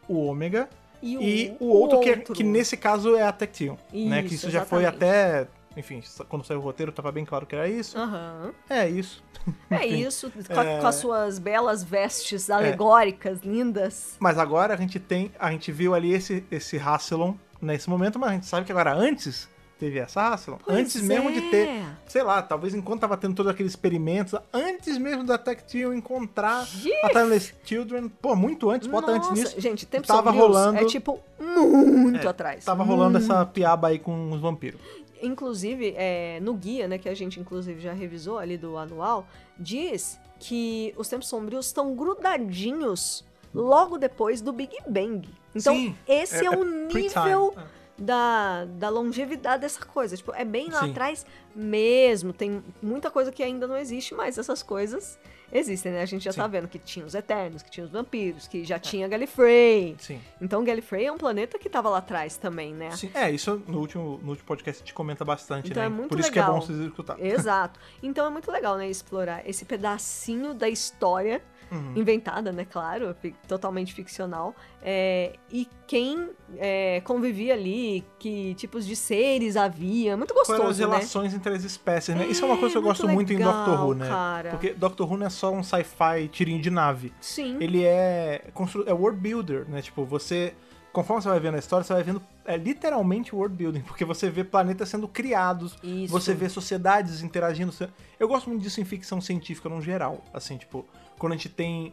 Speaker 1: o Ômega
Speaker 2: E o,
Speaker 1: e o
Speaker 2: o
Speaker 1: outro, que- é-
Speaker 2: outro.
Speaker 1: Que, nesse caso é a Tectium, né? Que
Speaker 2: Isso,
Speaker 1: isso já foi até,
Speaker 2: exatamente.
Speaker 1: enfim, sa- quando saiu o roteiro tava bem claro que era isso.
Speaker 2: Aham.
Speaker 1: É isso.
Speaker 2: É
Speaker 1: Enfim.
Speaker 2: isso, com, a-
Speaker 1: É.
Speaker 2: com as suas belas vestes alegóricas, lindas.
Speaker 1: Mas agora a gente tem, a gente viu ali esse esse Rassilon nesse momento, mas a gente sabe que agora antes teve essa raça.
Speaker 2: Pois
Speaker 1: antes mesmo de ter,
Speaker 2: é.
Speaker 1: sei lá, talvez enquanto tava tendo todos aqueles experimentos, antes mesmo da Tech Teal encontrar
Speaker 2: Giz!
Speaker 1: a Timeless Children, pô, muito antes, bota antes
Speaker 2: Nossa,
Speaker 1: nisso.
Speaker 2: Gente, tempo
Speaker 1: tava
Speaker 2: sombrio
Speaker 1: rolando-
Speaker 2: é tipo muito
Speaker 1: É,
Speaker 2: atrás.
Speaker 1: Tava rolando essa piaba aí com os vampiros.
Speaker 2: Inclusive, é, no guia, né, que a gente inclusive já revisou ali do anual, diz que os tempos sombrios estão grudadinhos logo depois do Big Bang. Então,
Speaker 1: Sim,
Speaker 2: esse
Speaker 1: é-
Speaker 2: é,
Speaker 1: é
Speaker 2: o
Speaker 1: pre-time,
Speaker 2: nível
Speaker 1: é.
Speaker 2: da, da longevidade dessa coisa. Tipo, é bem lá
Speaker 1: Sim.
Speaker 2: atrás mesmo. Tem muita coisa que ainda não existe, mas essas coisas existem, né? A gente já tá
Speaker 1: Sim. É.
Speaker 2: vendo que tinha os Eternos, que tinha os vampiros, que já tinha Gallifrey.
Speaker 1: Sim.
Speaker 2: Então, Gallifrey é um planeta que tava lá atrás também, né?
Speaker 1: Sim, É, isso no último, no último podcast a gente comenta bastante,
Speaker 2: Então
Speaker 1: né?
Speaker 2: é muito
Speaker 1: Por isso que é
Speaker 2: legal.
Speaker 1: bom vocês escutar.
Speaker 2: Exato. Então é muito legal, né, explorar esse pedacinho da história
Speaker 1: Uhum.
Speaker 2: inventada, né, claro, fi- totalmente ficcional, é, e quem é, convivia ali, que tipos de seres havia, muito
Speaker 1: Quais eram as
Speaker 2: gostoso, né?
Speaker 1: relações entre as espécies, né? Isso é
Speaker 2: É,
Speaker 1: uma coisa que eu
Speaker 2: muito
Speaker 1: gosto muito em
Speaker 2: legal,
Speaker 1: Doctor Who, né?
Speaker 2: cara.
Speaker 1: Porque Doctor Who não é só um sci-fi tirinho de nave.
Speaker 2: Sim.
Speaker 1: Ele é constru... é world builder, né? Tipo, você conforme você vai vendo a história, você vai vendo é literalmente world building, *laughs* porque você vê planetas sendo criados,
Speaker 2: Isso.
Speaker 1: você vê sociedades interagindo. você- Eu gosto muito disso em ficção científica no geral, assim, tipo, quando a gente tem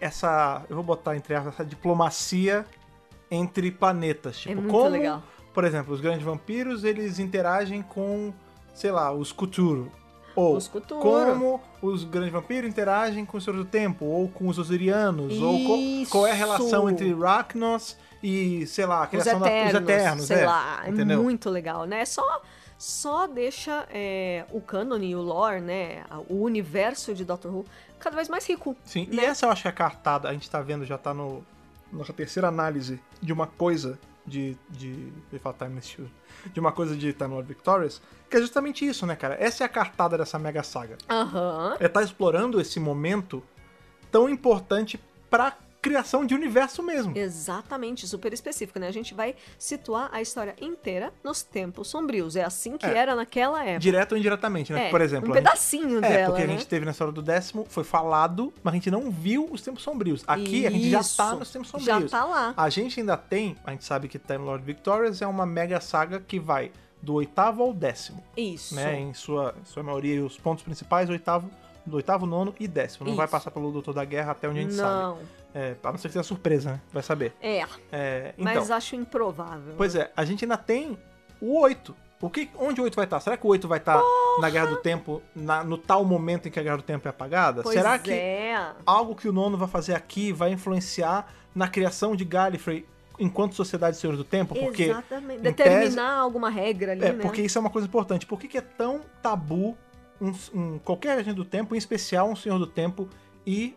Speaker 1: essa, eu vou botar entre aspas, essa diplomacia entre planetas, tipo,
Speaker 2: É muito
Speaker 1: como,
Speaker 2: legal.
Speaker 1: por exemplo, os grandes vampiros, eles interagem com, sei lá, os Cthulhu. Ou
Speaker 2: Os Cthulhu.
Speaker 1: como os grandes vampiros interagem com os Senhores do Tempo, ou com os Osirianos, ou co-
Speaker 2: Isso.
Speaker 1: qual é a relação entre Rachnos e, sei lá, a
Speaker 2: Os
Speaker 1: criação da-
Speaker 2: Eternos,
Speaker 1: Eternos,
Speaker 2: sei
Speaker 1: é,
Speaker 2: lá, é
Speaker 1: entendeu?
Speaker 2: muito legal, né? Só só deixa é, o cânone e o lore, né, o universo de Doctor Who cada vez mais rico.
Speaker 1: Sim, e essa eu acho que é a cartada, a gente tá vendo, já tá no nossa terceira análise de uma coisa de. de. Eu ia falar Time Steel, de uma coisa de Time Lord Victorious, que é justamente isso, né, cara? Essa é a cartada dessa mega saga.
Speaker 2: Aham.
Speaker 1: É tá explorando esse momento tão importante pra criação de universo mesmo.
Speaker 2: Exatamente, super específico, né? A gente vai situar a história inteira nos tempos sombrios. É assim que
Speaker 1: É.
Speaker 2: era naquela época.
Speaker 1: Direto ou indiretamente, né?
Speaker 2: É,
Speaker 1: Por exemplo.
Speaker 2: um
Speaker 1: a gente-
Speaker 2: pedacinho
Speaker 1: É,
Speaker 2: dela,
Speaker 1: porque
Speaker 2: né?
Speaker 1: a gente teve na história do décimo, foi falado, mas a gente não viu os tempos sombrios. Aqui a gente já tá
Speaker 2: Isso.
Speaker 1: nos tempos
Speaker 2: Já
Speaker 1: sombrios.
Speaker 2: tá lá.
Speaker 1: A gente ainda tem, a gente sabe que Time Lord Victorious é uma mega saga que vai do oitavo ao décimo,
Speaker 2: Isso.
Speaker 1: né? Em sua, em sua maioria, os pontos principais, oitavo, do oitavo, nono e décimo. Não vai
Speaker 2: Isso.
Speaker 1: passar pelo Doutor da Guerra até onde a gente sabe.
Speaker 2: Não.
Speaker 1: É, a não ser que tenha surpresa, né? Vai saber.
Speaker 2: É,
Speaker 1: É, então,
Speaker 2: mas acho improvável.
Speaker 1: pois é, a gente ainda tem o oito. O que, onde o oito vai estar? Será que o oito vai estar na Guerra do Tempo, na- no tal momento em que a Guerra do Tempo é apagada?
Speaker 2: Pois
Speaker 1: Será que
Speaker 2: é.
Speaker 1: algo que o nono vai fazer aqui vai influenciar na criação de Gallifrey enquanto Sociedade de Senhores do Tempo, porque
Speaker 2: Exatamente.
Speaker 1: em
Speaker 2: Determinar alguma regra ali,
Speaker 1: é,
Speaker 2: né?
Speaker 1: porque isso é uma coisa importante. Por que, que é tão tabu um, um- qualquer agente do tempo, em especial um Senhor do Tempo e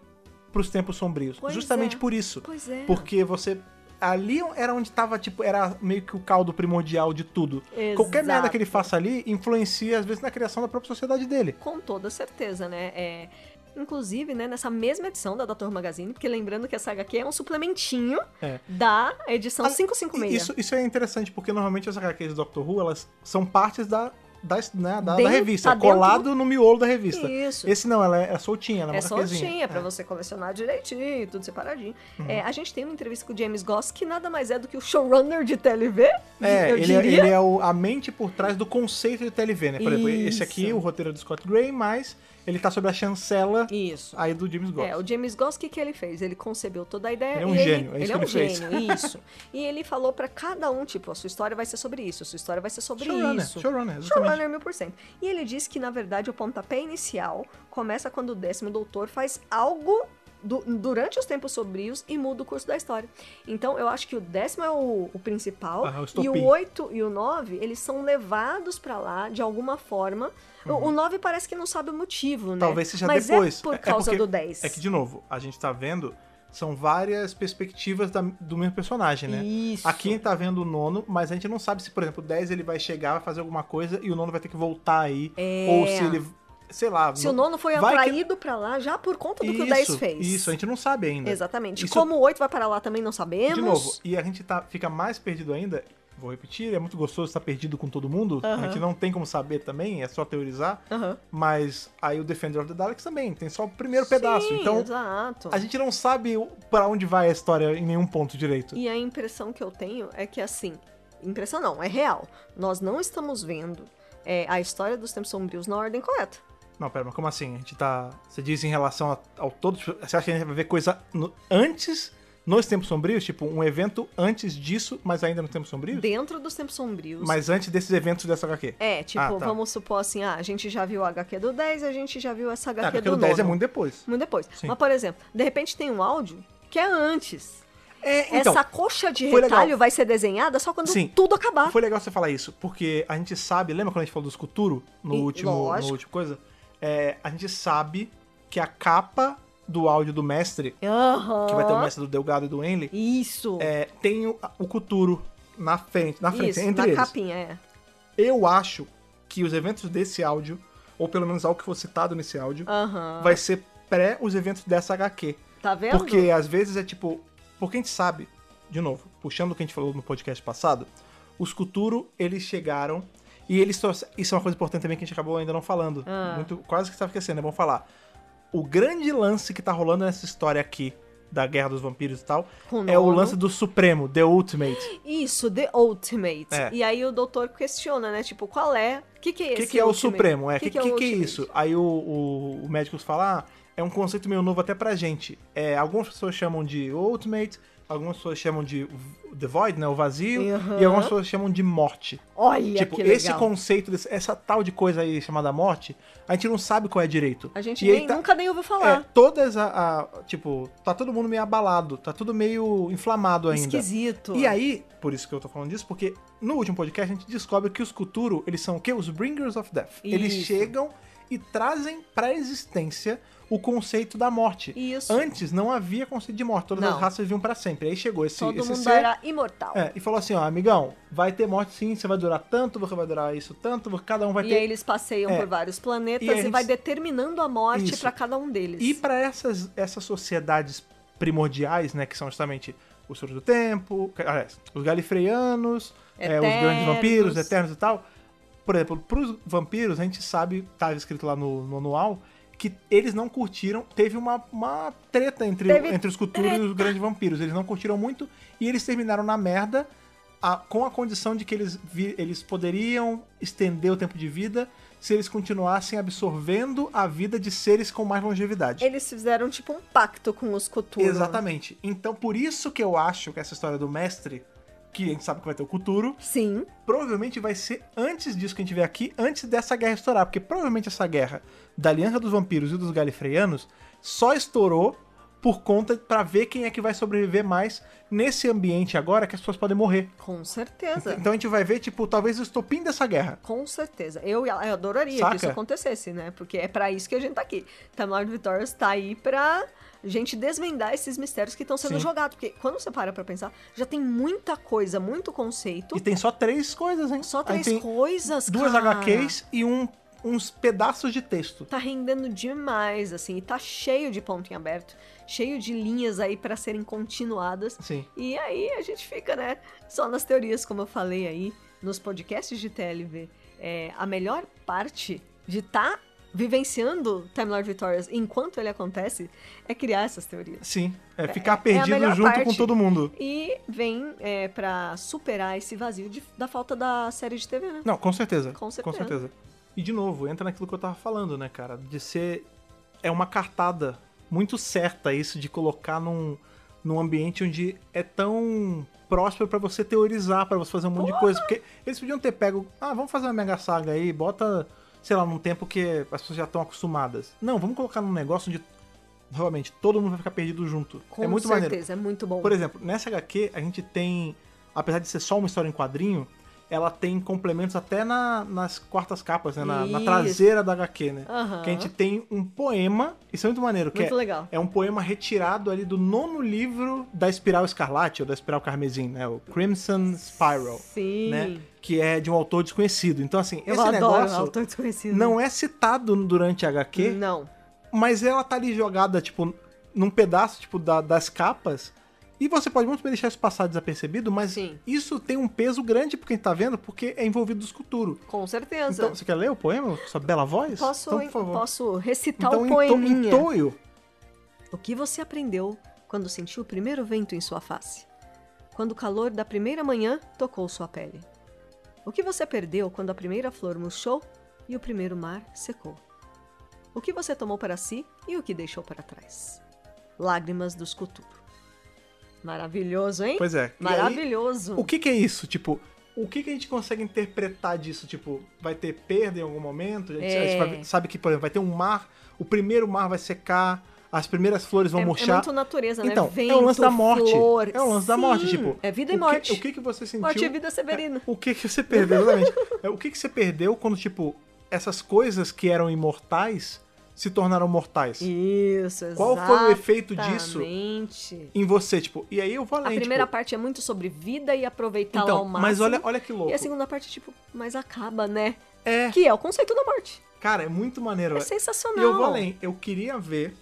Speaker 1: pros tempos sombrios?
Speaker 2: Pois
Speaker 1: Justamente
Speaker 2: é.
Speaker 1: por isso.
Speaker 2: Pois é.
Speaker 1: Porque você ali era onde tava tipo, era meio que o caldo primordial de tudo. Qualquer merda
Speaker 2: Exato.
Speaker 1: que ele faça ali influencia às vezes na criação da própria sociedade dele.
Speaker 2: Com toda certeza, né? É, inclusive, né, nessa mesma edição da Doutor Magazine, porque lembrando que essa HQ é um suplementinho
Speaker 1: É.
Speaker 2: da edição
Speaker 1: Ah, E
Speaker 2: 556.
Speaker 1: Isso, isso é interessante, porque normalmente as HQs do Doctor Who, elas são partes da, da, né, da, da
Speaker 2: Dentro-
Speaker 1: revista,
Speaker 2: tá dentro-
Speaker 1: colado no miolo da revista.
Speaker 2: Isso.
Speaker 1: Esse não, ela é, é soltinha, ela é, Uhum.
Speaker 2: É
Speaker 1: uma HQzinha.
Speaker 2: soltinha, pra você colecionar direitinho, tudo separadinho. É, a gente tem uma entrevista com o James Goss, que nada mais é do que o showrunner de TLV,
Speaker 1: É,
Speaker 2: eu
Speaker 1: ele, é-
Speaker 2: diria.
Speaker 1: ele é o- a mente por trás do conceito de TLV, né? Por exemplo, esse aqui,
Speaker 2: Isso.
Speaker 1: o roteiro é do Scott Gray, mas ele tá sob a chancela
Speaker 2: Isso.
Speaker 1: aí do James Goss.
Speaker 2: É, o James Goss, o que, que ele fez? Ele concebeu toda a ideia.
Speaker 1: Ele é um
Speaker 2: e
Speaker 1: gênio, é
Speaker 2: ele,
Speaker 1: isso
Speaker 2: é um
Speaker 1: que ele fez.
Speaker 2: gênio, isso. E ele falou pra cada um, tipo, a sua história vai ser sobre isso, a sua história vai ser sobre
Speaker 1: Showrunner,
Speaker 2: isso.
Speaker 1: showrunner, exatamente.
Speaker 2: Showrunner mil por cento. E ele diz que, na verdade, o pontapé inicial começa quando o décimo doutor faz algo du- durante os tempos sobrios e muda o curso da história. Então, eu acho que o décimo é o, o principal.
Speaker 1: Ah, o
Speaker 2: e
Speaker 1: estopim.
Speaker 2: o oito e o nove, eles são levados pra lá de alguma forma. O- O nove parece que não sabe o motivo, né?
Speaker 1: Uhum. Talvez seja
Speaker 2: Mas
Speaker 1: depois.
Speaker 2: É por causa
Speaker 1: porque-
Speaker 2: do 10.
Speaker 1: É que, de novo, a gente tá vendo, são várias perspectivas da- do mesmo personagem, né?
Speaker 2: Isso.
Speaker 1: Aqui a gente tá vendo o nono, mas a gente não sabe se, por exemplo, o 10 ele vai chegar, vai fazer alguma coisa e o nono vai ter que voltar aí.
Speaker 2: É.
Speaker 1: Ou se ele. Sei lá.
Speaker 2: Se o nono foi
Speaker 1: vai que-
Speaker 2: atraído pra lá já por conta do que o
Speaker 1: Isso,
Speaker 2: 10 fez.
Speaker 1: Isso, a gente não sabe ainda.
Speaker 2: Exatamente.
Speaker 1: Isso-
Speaker 2: Como o 8 vai para lá também não sabemos.
Speaker 1: De novo, e a gente tá, fica mais perdido ainda. Vou repetir, é muito gostoso estar perdido com todo mundo. A gente não tem como saber também, é só teorizar.
Speaker 2: Aham.
Speaker 1: Mas aí o Defender of the Daleks também, tem só o primeiro pedaço.
Speaker 2: Sim,
Speaker 1: Então
Speaker 2: Exato.
Speaker 1: a gente não sabe o- pra onde vai a história em nenhum ponto direito.
Speaker 2: E a impressão que eu tenho é que assim, impressão não, é real. Nós não estamos vendo é, a história dos tempos sombrios na ordem correta.
Speaker 1: Não, pera, mas como assim? A gente tá. Você diz em relação a- ao todo. tipo, Você acha que a gente vai ver coisa no- antes, nos tempos sombrios? Tipo, um evento antes disso, mas ainda nos tempos sombrios?
Speaker 2: Dentro dos tempos sombrios.
Speaker 1: Mas antes desses eventos dessa HQ.
Speaker 2: É, tipo,
Speaker 1: Ah, tá.
Speaker 2: vamos supor assim, ah, a gente já viu a HQ do 10, a gente já viu essa HQ,
Speaker 1: Ah, porque
Speaker 2: do
Speaker 1: o 10 é
Speaker 2: nono.
Speaker 1: muito depois.
Speaker 2: Muito depois.
Speaker 1: Sim.
Speaker 2: Mas, por exemplo, de repente tem um áudio que é antes.
Speaker 1: É, então,
Speaker 2: Essa coxa de
Speaker 1: foi legal.
Speaker 2: retalho vai ser desenhada só quando
Speaker 1: Sim.
Speaker 2: tudo acabar.
Speaker 1: Foi legal você falar isso, porque a gente sabe, lembra quando a gente falou dos Cthulhu no
Speaker 2: E-
Speaker 1: último
Speaker 2: lógico.
Speaker 1: no último coisa? É, a gente sabe que a capa do áudio do mestre,
Speaker 2: Aham.
Speaker 1: que vai ter o mestre do Delgado e do Enley,
Speaker 2: Isso.
Speaker 1: é, tem o, o Cthulhu na frente, na frente
Speaker 2: Isso,
Speaker 1: entre
Speaker 2: na
Speaker 1: eles.
Speaker 2: capinha, é.
Speaker 1: Eu acho que os eventos desse áudio, ou pelo menos algo que foi citado nesse áudio,
Speaker 2: Aham.
Speaker 1: vai ser pré os eventos dessa HQ.
Speaker 2: Tá vendo?
Speaker 1: Porque às vezes é tipo. Porque a gente sabe, de novo, puxando o que a gente falou no podcast passado, os Cthulhu, eles chegaram. E eles trouxeram. Isso é uma coisa importante também que a gente acabou ainda não falando.
Speaker 2: Ah.
Speaker 1: Muito, quase que estava esquecendo, é bom falar. O grande lance que tá rolando nessa história aqui, da Guerra dos Vampiros e tal,
Speaker 2: Com
Speaker 1: é o
Speaker 2: nono.
Speaker 1: lance do Supremo, The Ultimate.
Speaker 2: Isso, The Ultimate.
Speaker 1: É.
Speaker 2: E aí o doutor questiona, né? Tipo, qual é? O que, que é
Speaker 1: O
Speaker 2: esse?
Speaker 1: que, que é o
Speaker 2: Ultimate?
Speaker 1: Supremo? É, o
Speaker 2: Que
Speaker 1: que,
Speaker 2: que é o
Speaker 1: que que é
Speaker 2: Ultimate?
Speaker 1: isso? Aí o, o, o médico fala, ah, é um conceito meio novo até pra gente. É, algumas pessoas chamam de Ultimate, algumas pessoas chamam de v- The Void, né, o vazio,
Speaker 2: Aham.
Speaker 1: e algumas pessoas chamam de morte.
Speaker 2: Olha
Speaker 1: tipo,
Speaker 2: que legal.
Speaker 1: esse conceito, desse- essa tal de coisa aí chamada morte, a gente não sabe qual é direito.
Speaker 2: A gente
Speaker 1: E aí
Speaker 2: nem-
Speaker 1: tá-
Speaker 2: nunca nem ouviu
Speaker 1: é,
Speaker 2: falar.
Speaker 1: todas a, a- Tipo, tá todo mundo meio abalado, tá tudo meio inflamado ainda.
Speaker 2: Esquisito.
Speaker 1: E aí, por isso que eu tô falando disso, porque no último podcast a gente descobre que os Cthulhu, eles são o quê? Os Bringers of Death. Eles
Speaker 2: Isso.
Speaker 1: chegam e trazem pra existência o conceito da morte.
Speaker 2: Isso.
Speaker 1: Antes não havia conceito de morte, todas
Speaker 2: Não.
Speaker 1: as raças viviam pra sempre. Aí chegou esse,
Speaker 2: Todo
Speaker 1: esse
Speaker 2: mundo
Speaker 1: ser
Speaker 2: era imortal.
Speaker 1: é, e falou assim, ó, amigão, vai ter morte sim, você vai durar tanto, você vai durar isso tanto, cada um vai
Speaker 2: e
Speaker 1: ter...
Speaker 2: aí eles passeiam
Speaker 1: É.
Speaker 2: por vários planetas
Speaker 1: E
Speaker 2: e,
Speaker 1: a gente-
Speaker 2: vai determinando a morte
Speaker 1: Isso.
Speaker 2: pra cada um deles.
Speaker 1: E para essas, essas sociedades primordiais, né, que são justamente os Senhores do Tempo, que- aliás, os galifreanos, é, os grandes
Speaker 2: Eternos.
Speaker 1: vampiros, eternos e tal. Por exemplo, pros vampiros, a gente sabe, tava escrito lá no, no anual, que eles não curtiram, teve uma, uma treta entre,
Speaker 2: Teve
Speaker 1: entre os culturos e os grandes vampiros. Eles não curtiram muito e eles terminaram na merda a- com a condição de que eles, vi- eles poderiam estender o tempo de vida se eles continuassem absorvendo a vida de seres com mais longevidade.
Speaker 2: Eles né? fizeram tipo um pacto com os Cthulhu.
Speaker 1: Exatamente. Então, por isso que eu acho que essa história do mestre, que a gente sabe que vai ter o Cthulhu,
Speaker 2: Sim.
Speaker 1: provavelmente vai ser antes disso que a gente vê aqui, antes dessa guerra estourar. Porque provavelmente essa guerra da Aliança dos Vampiros e dos Galifreanos só estourou por conta pra ver quem é que vai sobreviver mais nesse ambiente agora que as pessoas podem morrer.
Speaker 2: Com certeza.
Speaker 1: Então a gente vai ver, tipo, talvez o estopim dessa guerra.
Speaker 2: Com certeza. Eu, eu adoraria
Speaker 1: Saca?
Speaker 2: que isso acontecesse, né? Porque é pra isso que a gente tá aqui. Tamar Vitórias tá aí pra gente desvendar esses mistérios que estão sendo
Speaker 1: Sim.
Speaker 2: jogados. Porque quando você para pra pensar, já tem muita coisa, muito conceito.
Speaker 1: E tem só três coisas, hein?
Speaker 2: Só
Speaker 1: Aí
Speaker 2: três
Speaker 1: tem
Speaker 2: coisas,
Speaker 1: Duas
Speaker 2: cara.
Speaker 1: HQs e um- uns pedaços de texto.
Speaker 2: Tá rendendo demais, assim. E tá cheio de ponto em aberto. Cheio de linhas aí pra serem continuadas.
Speaker 1: Sim.
Speaker 2: E aí a gente fica, né? Só nas teorias, como eu falei aí, nos podcasts de TLV. É, a melhor parte de estar vivenciando Time Lord Victorious enquanto ele acontece é criar essas teorias.
Speaker 1: Sim. É ficar
Speaker 2: é a
Speaker 1: perdido
Speaker 2: melhor
Speaker 1: junto com
Speaker 2: parte.
Speaker 1: todo mundo.
Speaker 2: E vem é, para superar esse vazio de- da falta da série de TV, né?
Speaker 1: Não, com certeza.
Speaker 2: Com certeza.
Speaker 1: E de novo, entra naquilo que eu tava falando, né, cara? De ser. É uma cartada muito certa isso de colocar num, num ambiente onde é tão próspero pra você teorizar, pra você fazer um monte de coisa. Porque eles podiam ter pego. Ah, vamos fazer uma mega saga aí, bota, sei lá, num tempo que as pessoas já estão acostumadas. Não, vamos colocar num negócio onde. Realmente, todo mundo vai ficar perdido junto.
Speaker 2: Com
Speaker 1: é muito maneiro.
Speaker 2: certeza, é muito bom.
Speaker 1: Por exemplo, nessa HQ a gente tem, apesar de ser só uma história em quadrinho, ela tem complementos até na- nas quartas capas, né? Na, na
Speaker 2: Isso.
Speaker 1: traseira da HQ, né?
Speaker 2: Aham.
Speaker 1: Que a gente tem um poema, isso é muito maneiro, que
Speaker 2: Muito
Speaker 1: é,
Speaker 2: legal.
Speaker 1: é um poema retirado ali do nono livro da Espiral Escarlate, ou da Espiral Carmesim, né? O Crimson Spiral,
Speaker 2: Sim.
Speaker 1: né? Que é de um autor desconhecido. Então, assim,
Speaker 2: Eu
Speaker 1: esse
Speaker 2: adoro
Speaker 1: negócio
Speaker 2: autor desconhecido.
Speaker 1: não é citado durante a HQ,
Speaker 2: Não.
Speaker 1: mas ela tá ali jogada, tipo, num pedaço, tipo, da- das capas. E você pode muito bem deixar isso passar desapercebido, mas
Speaker 2: Sim.
Speaker 1: isso tem um peso grande pra quem tá vendo, porque é envolvido do esculturo.
Speaker 2: Com certeza.
Speaker 1: Então, você quer ler o poema? Sua bela voz?
Speaker 2: posso,
Speaker 1: então, por favor.
Speaker 2: posso recitar
Speaker 1: então,
Speaker 2: o
Speaker 1: into-
Speaker 2: poeminha.
Speaker 1: entoio.
Speaker 2: O que você aprendeu quando sentiu o primeiro vento em sua face? quando o calor da primeira manhã tocou sua pele. O que você perdeu quando a primeira flor murchou e o primeiro mar secou? O que você tomou para si e o que deixou para trás? Lágrimas dos Cthulhu. Maravilhoso, hein?
Speaker 1: Pois é. E aí,
Speaker 2: Maravilhoso.
Speaker 1: O que que é isso? Tipo, o que que a gente consegue interpretar disso? Tipo, vai ter perda em algum momento? A gente, a gente
Speaker 2: É.
Speaker 1: vai- sabe que, por exemplo, vai ter um mar, o primeiro mar vai secar, as primeiras flores vão
Speaker 2: é, é
Speaker 1: murchar.
Speaker 2: muito natureza, né?
Speaker 1: então,
Speaker 2: Vento,
Speaker 1: é o lance da morte.
Speaker 2: flor.
Speaker 1: É o lance da morte,
Speaker 2: Sim,
Speaker 1: tipo.
Speaker 2: É vida
Speaker 1: o
Speaker 2: e
Speaker 1: que-
Speaker 2: morte.
Speaker 1: o que que você sentiu? É,
Speaker 2: morte e vida Severino.
Speaker 1: O que que você perdeu, exatamente. É, o que que você perdeu quando, tipo, essas coisas que eram imortais se tornaram mortais?
Speaker 2: É. Isso,
Speaker 1: Qual foi o efeito disso?
Speaker 2: exatamente.
Speaker 1: Em você, tipo, e aí eu vou
Speaker 2: A
Speaker 1: além,
Speaker 2: primeira
Speaker 1: tipo,
Speaker 2: parte é muito sobre vida e aproveitar
Speaker 1: então,
Speaker 2: ao máximo.
Speaker 1: mas olha, olha que louco.
Speaker 2: E a segunda parte, tipo, mas acaba, né?
Speaker 1: É,
Speaker 2: Que é o conceito da morte.
Speaker 1: cara, é muito maneiro.
Speaker 2: É
Speaker 1: é.
Speaker 2: sensacional.
Speaker 1: E eu vou além, eu queria ver.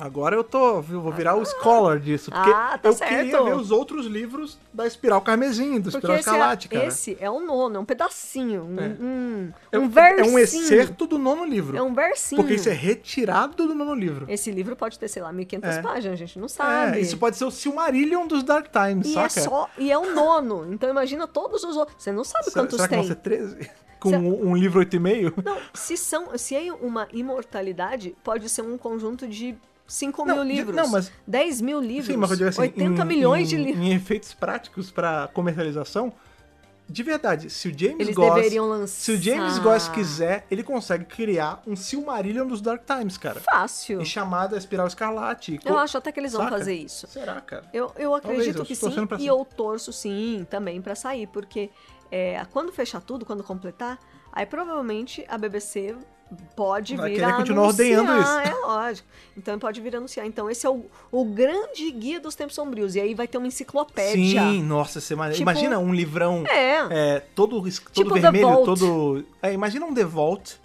Speaker 1: Agora eu tô, viu, vou virar o scholar disso, porque
Speaker 2: Ah, tá
Speaker 1: eu
Speaker 2: certo.
Speaker 1: queria ver os outros livros da Espiral Carmesim, do
Speaker 2: Porque
Speaker 1: Espiral
Speaker 2: esse
Speaker 1: Escarlate,
Speaker 2: é,
Speaker 1: cara.
Speaker 2: esse é o nono, é um pedacinho, um,
Speaker 1: né? É.
Speaker 2: um,
Speaker 1: É
Speaker 2: um
Speaker 1: é
Speaker 2: versinho.
Speaker 1: um excerto do nono livro.
Speaker 2: É um versinho.
Speaker 1: porque isso é retirado do nono livro.
Speaker 2: Esse livro pode ter, sei lá, 1.500
Speaker 1: É.
Speaker 2: páginas, a gente não sabe.
Speaker 1: É, isso pode ser o Silmarillion dos Dark Times,
Speaker 2: E é
Speaker 1: saca?
Speaker 2: só, e é o nono. Então imagina todos os outros. Você não sabe
Speaker 1: Será-
Speaker 2: quantos
Speaker 1: será que
Speaker 2: tem.
Speaker 1: vão ser
Speaker 2: *laughs*
Speaker 1: 13? Com
Speaker 2: Será-
Speaker 1: um, um livro 8,5?
Speaker 2: Não, se são, se é uma imortalidade, pode ser um conjunto de 5
Speaker 1: Não,
Speaker 2: mil
Speaker 1: de-
Speaker 2: livros.
Speaker 1: não, mas-
Speaker 2: 10 mil livros.
Speaker 1: *laughs* Sim, mas eu digo assim,
Speaker 2: 80
Speaker 1: em-
Speaker 2: milhões
Speaker 1: em-
Speaker 2: de livros.
Speaker 1: Em efeitos práticos pra comercialização, de verdade, se o James
Speaker 2: Eles
Speaker 1: Goss...
Speaker 2: deveriam lançar.
Speaker 1: Se o James Goss quiser, ele consegue criar um Silmarillion dos Dark Times, cara.
Speaker 2: Fácil.
Speaker 1: E chamada Espiral Escarlate. e co-
Speaker 2: Eu acho até que eles vão
Speaker 1: Saca?
Speaker 2: fazer isso.
Speaker 1: Será, cara?
Speaker 2: Eu, eu acredito
Speaker 1: eu
Speaker 2: que
Speaker 1: estou
Speaker 2: sim,
Speaker 1: torcendo pra
Speaker 2: e
Speaker 1: sim.
Speaker 2: eu torço sim também pra sair, porque é, quando fechar tudo, quando completar, aí provavelmente a BBC pode
Speaker 1: Vai
Speaker 2: vir
Speaker 1: querer
Speaker 2: a
Speaker 1: continuar
Speaker 2: anunciar,
Speaker 1: ordenhando isso.
Speaker 2: é lógico. Então pode vir anunciar. Então esse é o, o grande guia dos tempos sombrios, e aí vai ter uma enciclopédia.
Speaker 1: Sim, nossa, você imagina,
Speaker 2: Tipo-
Speaker 1: imagina um livrão
Speaker 2: É,
Speaker 1: é, todo, ris- todo
Speaker 2: Tipo The
Speaker 1: vermelho,
Speaker 2: Vault.
Speaker 1: todo... É, imagina um The Vault,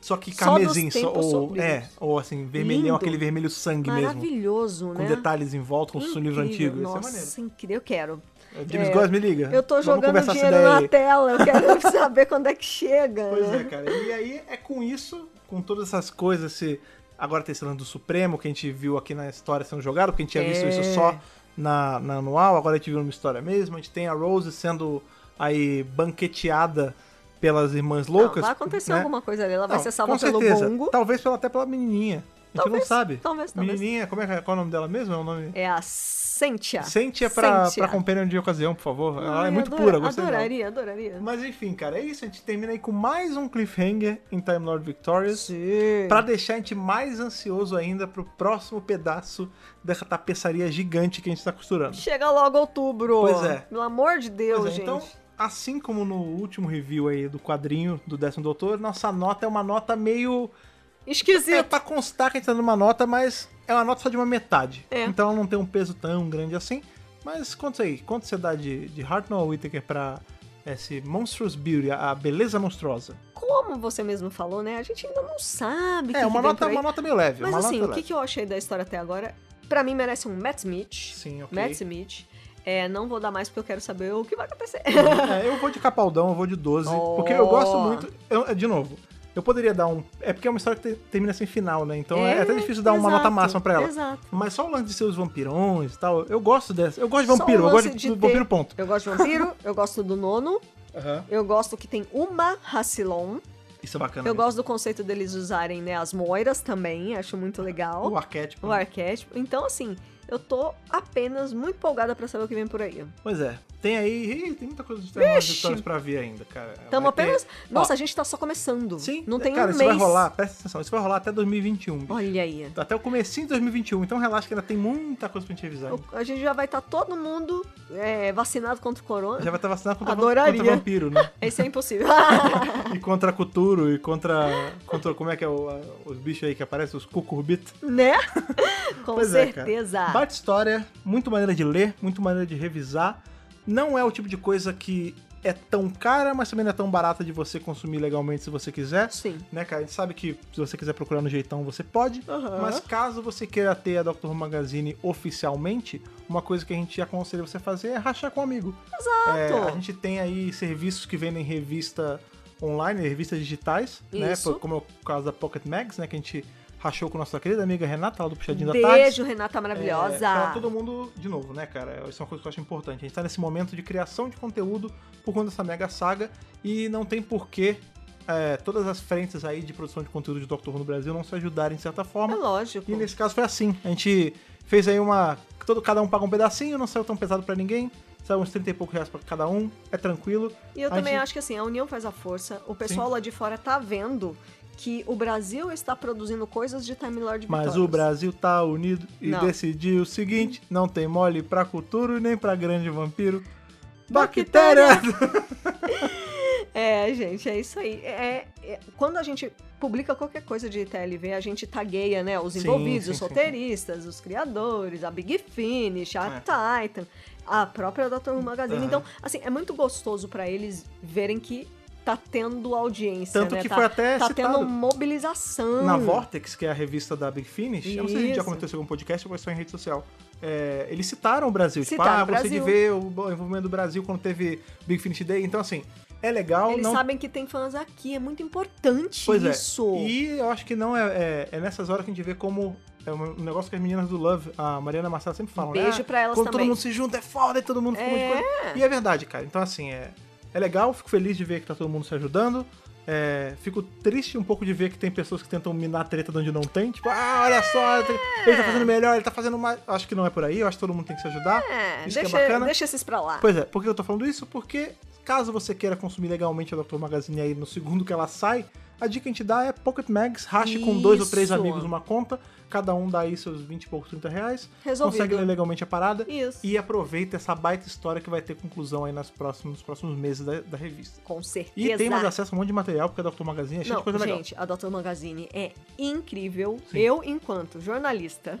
Speaker 1: só que
Speaker 2: Só dos
Speaker 1: carmesim, só,
Speaker 2: tempos
Speaker 1: ou,
Speaker 2: sombrios.
Speaker 1: é, ou assim, vermelhão,
Speaker 2: Lindo.
Speaker 1: aquele vermelho sangue mesmo.
Speaker 2: maravilhoso,
Speaker 1: Com
Speaker 2: né?
Speaker 1: detalhes em volta, com o
Speaker 2: Incrível,
Speaker 1: livro antigo.
Speaker 2: Nossa,
Speaker 1: Isso
Speaker 2: incrível, eu quero.
Speaker 1: é maneiro. James
Speaker 2: É,
Speaker 1: Goss, me liga.
Speaker 2: Eu tô
Speaker 1: Vamos
Speaker 2: jogando
Speaker 1: conversar essa
Speaker 2: dinheiro
Speaker 1: ideia
Speaker 2: na
Speaker 1: aí.
Speaker 2: tela,
Speaker 1: *laughs*
Speaker 2: eu quero saber quando é que chega.
Speaker 1: Pois
Speaker 2: né?
Speaker 1: é, cara. E aí é com isso, com todas essas coisas, se agora tem esse lance do Supremo, que a gente viu aqui na história sendo jogado, porque a gente tinha visto
Speaker 2: É.
Speaker 1: isso só na, na anual, agora a gente viu numa história mesmo. A gente tem a Rose sendo aí banqueteada pelas irmãs loucas.
Speaker 2: Não, vai acontecer
Speaker 1: né?
Speaker 2: alguma coisa ali. Ela vai
Speaker 1: Não,
Speaker 2: ser salva
Speaker 1: com
Speaker 2: pelo
Speaker 1: certeza. Tá.
Speaker 2: bongo.
Speaker 1: Talvez pela, até pela menininha. A gente não
Speaker 2: Talvez,
Speaker 1: sabe.
Speaker 2: talvez, talvez.
Speaker 1: menininha, como é, que é- qual é o nome dela mesmo? É o nome...
Speaker 2: É a Sentia.
Speaker 1: Sente pra,
Speaker 2: É. Sentia.
Speaker 1: pra Companion de ocasião, por favor. Ela é
Speaker 2: Ai,
Speaker 1: muito
Speaker 2: adora-
Speaker 1: pura, gostei dela.
Speaker 2: Adoraria, adoraria.
Speaker 1: Mas enfim, cara, é isso. A gente termina aí com mais um cliffhanger em Time Lord Victorious.
Speaker 2: Sim.
Speaker 1: Pra deixar a gente mais ansioso ainda pro próximo pedaço dessa tapeçaria gigante que a gente tá costurando.
Speaker 2: Chega logo outubro.
Speaker 1: Pois é.
Speaker 2: Pelo amor de Deus,
Speaker 1: Pois é,
Speaker 2: gente.
Speaker 1: então, assim como no último review aí do quadrinho do décimo doutor, nossa nota é uma nota meio. É
Speaker 2: Esquisito.
Speaker 1: pra constar que a gente tá numa nota, mas é uma nota só de uma metade.
Speaker 2: É.
Speaker 1: Então ela não tem um peso tão grande assim. Mas conta aí, quanto você dá de, de Hartnell Whittaker pra esse Monstrous Beauty, a a beleza monstruosa?
Speaker 2: Como você mesmo falou, né? A gente ainda não sabe. o que
Speaker 1: É, uma
Speaker 2: que vem
Speaker 1: nota,
Speaker 2: por aí.
Speaker 1: uma nota meio leve.
Speaker 2: Mas
Speaker 1: uma
Speaker 2: assim,
Speaker 1: nota
Speaker 2: o que,
Speaker 1: leve.
Speaker 2: que eu achei da história até agora? Pra mim merece um Matt Smith.
Speaker 1: Sim, ok.
Speaker 2: Matt Smith. É, não vou dar mais porque eu quero saber o que
Speaker 1: *laughs*
Speaker 2: vai acontecer.
Speaker 1: É, eu vou de Capaldão, eu vou de 12.
Speaker 2: Oh.
Speaker 1: Porque eu gosto muito. eu- de novo, eu poderia dar um. É porque é uma história que te- termina sem final, né? Então é, até difícil dar uma
Speaker 2: exato,
Speaker 1: nota máxima pra ela.
Speaker 2: Exato.
Speaker 1: Mas só o lance de ser os vampirões e tal, eu gosto dessa. Eu gosto de
Speaker 2: Só
Speaker 1: vampiro,
Speaker 2: o
Speaker 1: eu
Speaker 2: lance
Speaker 1: gosto de,
Speaker 2: de
Speaker 1: do
Speaker 2: ter-
Speaker 1: vampiro ponto.
Speaker 2: Eu gosto de vampiro, *laughs* eu gosto do nono, eu gosto que tem uma Rassilon.
Speaker 1: Isso é bacana.
Speaker 2: Eu
Speaker 1: mesmo.
Speaker 2: gosto do conceito deles usarem né, as moiras também, acho muito legal.
Speaker 1: O arquétipo. né?
Speaker 2: O arquétipo. Então, assim, eu tô apenas muito empolgada pra saber o que vem por aí.
Speaker 1: Pois é. Tem aí. Ih, tem muita coisa de umas
Speaker 2: Vixe.
Speaker 1: histórias pra ver ainda, cara.
Speaker 2: Tamo
Speaker 1: Vai ter-
Speaker 2: apenas. Nossa, a gente tá só começando.
Speaker 1: Sim,
Speaker 2: Não tem
Speaker 1: cara,
Speaker 2: um
Speaker 1: isso
Speaker 2: mês.
Speaker 1: vai rolar, presta atenção, isso vai rolar até 2021. bicho.
Speaker 2: Olha aí.
Speaker 1: um. Até o comecinho de 2021, então relaxa que ainda tem muita coisa pra gente revisar. ainda.
Speaker 2: O- A gente já vai estar todo mundo é, vacinado contra o corona.
Speaker 1: Já vai estar vacinado contra,
Speaker 2: Adoraria.
Speaker 1: contra vampiro, né?
Speaker 2: Esse
Speaker 1: *laughs*
Speaker 2: é impossível.
Speaker 1: E contra Cuturo, e contra. contra como é que é o- a- os bichos aí que aparecem? Os cucurbit.
Speaker 2: né? Com
Speaker 1: Pois é, cara.
Speaker 2: certeza.
Speaker 1: Baita história, muito maneira de ler, muito maneira de revisar. Não é o tipo de coisa que é tão cara, mas também não é tão barata de você consumir legalmente se você quiser.
Speaker 2: Sim.
Speaker 1: Né, cara? A gente sabe que se você quiser procurar no jeitão, você pode.
Speaker 2: Aham.
Speaker 1: Mas caso você queira ter a Dr. Who Magazine oficialmente, uma coisa que a gente aconselha você fazer é rachar com um amigo. É, a gente tem aí serviços que vendem revista online, revistas digitais, né?
Speaker 2: Isso.
Speaker 1: Por- Como é o caso da Pocket Mags, né? Que a gente rachou com nossa querida amiga Renata, lá do Puxadinho da tá Tarde.
Speaker 2: Beijo, Renata
Speaker 1: É, pra
Speaker 2: maravilhosa.
Speaker 1: todo mundo, de novo, né, cara? Isso é uma coisa que eu acho importante. A gente tá nesse momento de criação de conteúdo por conta dessa mega saga e não tem porquê é, todas as frentes aí de produção de conteúdo de Doctor Who no Brasil não se ajudarem de certa
Speaker 2: É
Speaker 1: forma.
Speaker 2: lógico.
Speaker 1: E nesse caso foi assim. A gente fez aí uma. Todo, cada um paga um pedacinho, não saiu tão pesado pra ninguém. Saiu uns 30 e poucos reais pra cada um, é tranquilo.
Speaker 2: E eu
Speaker 1: A
Speaker 2: também
Speaker 1: gente-
Speaker 2: acho que assim, a união faz a força. O pessoal lá de fora tá vendo que o Brasil está produzindo coisas de Time Lord
Speaker 1: Mas
Speaker 2: Victorious.
Speaker 1: o Brasil tá unido e
Speaker 2: Não.
Speaker 1: decidiu o seguinte: não tem mole pra cultura e nem pra grande vampiro.
Speaker 2: Bactéria!
Speaker 1: Bactéria!
Speaker 2: É, gente, é isso aí. É, é- quando a gente publica qualquer coisa de TLV, a gente tagueia, né? Os
Speaker 1: Sim,
Speaker 2: envolvidos,
Speaker 1: sim,
Speaker 2: os
Speaker 1: sim,
Speaker 2: roteiristas, os criadores, a Big Finish, a Titan, a própria Dr. Who Magazine.
Speaker 1: Aham.
Speaker 2: Então, assim, é muito gostoso pra eles verem que tá tendo audiência,
Speaker 1: *laughs* Tanto
Speaker 2: né?
Speaker 1: que
Speaker 2: tá,
Speaker 1: foi até
Speaker 2: tá
Speaker 1: citado.
Speaker 2: tendo mobilização.
Speaker 1: Na Vortex, que é a revista da Big Finish, eu não sei se a gente já
Speaker 2: Isso.
Speaker 1: comentou isso em algum podcast ou foi só em rede social. É, eles citaram o Brasil.
Speaker 2: Citaram o
Speaker 1: tipo, ah, gostei de
Speaker 2: Brasil.
Speaker 1: ver o o envolvimento do Brasil quando teve Big Finish Day. Então, assim, é legal.
Speaker 2: Eles
Speaker 1: não...
Speaker 2: sabem que tem fãs aqui, é muito importante
Speaker 1: Pois
Speaker 2: isso.
Speaker 1: é. E eu acho que não é, é, é nessas horas que a gente vê como. É um negócio que as meninas do Love, a Mariana Marcela sempre falam, né?
Speaker 2: Beijo
Speaker 1: Ah,
Speaker 2: pra elas
Speaker 1: Quando todo
Speaker 2: também.
Speaker 1: mundo se junta, é foda e todo mundo fica um monte de
Speaker 2: É.
Speaker 1: coisa. E é verdade, cara. Então, assim, é, é legal, fico feliz de ver que tá todo mundo se ajudando. É, fico triste um pouco de ver que tem pessoas que tentam minar a treta de onde não tem. Tipo, ah, olha só, ele tá fazendo melhor, ele tá fazendo mais. Acho que não é por aí, eu acho que todo mundo tem que se ajudar.
Speaker 2: É,
Speaker 1: isso que
Speaker 2: deixa,
Speaker 1: é bacana.
Speaker 2: deixa esses pra lá.
Speaker 1: Pois é, por que eu tô falando isso? Porque caso você queira consumir legalmente a Dr. Magazine aí no segundo que ela sai, a dica que a gente dá é Pocket Mags, rache com dois ou três
Speaker 2: Isso.
Speaker 1: amigos uma conta, cada um dá aí seus 20 e poucos, 30 reais,
Speaker 2: Resolvido.
Speaker 1: consegue ler legalmente a parada
Speaker 2: Isso.
Speaker 1: e aproveita essa baita história que vai ter conclusão aí nas próximos, nos próximos meses da, da revista.
Speaker 2: Com
Speaker 1: E
Speaker 2: certeza.
Speaker 1: tem mais acesso a um monte de material, porque a Dr. Magazine é cheia
Speaker 2: Não,
Speaker 1: de coisa legal.
Speaker 2: gente, a Dr. Magazine é incrível. Eu, enquanto jornalista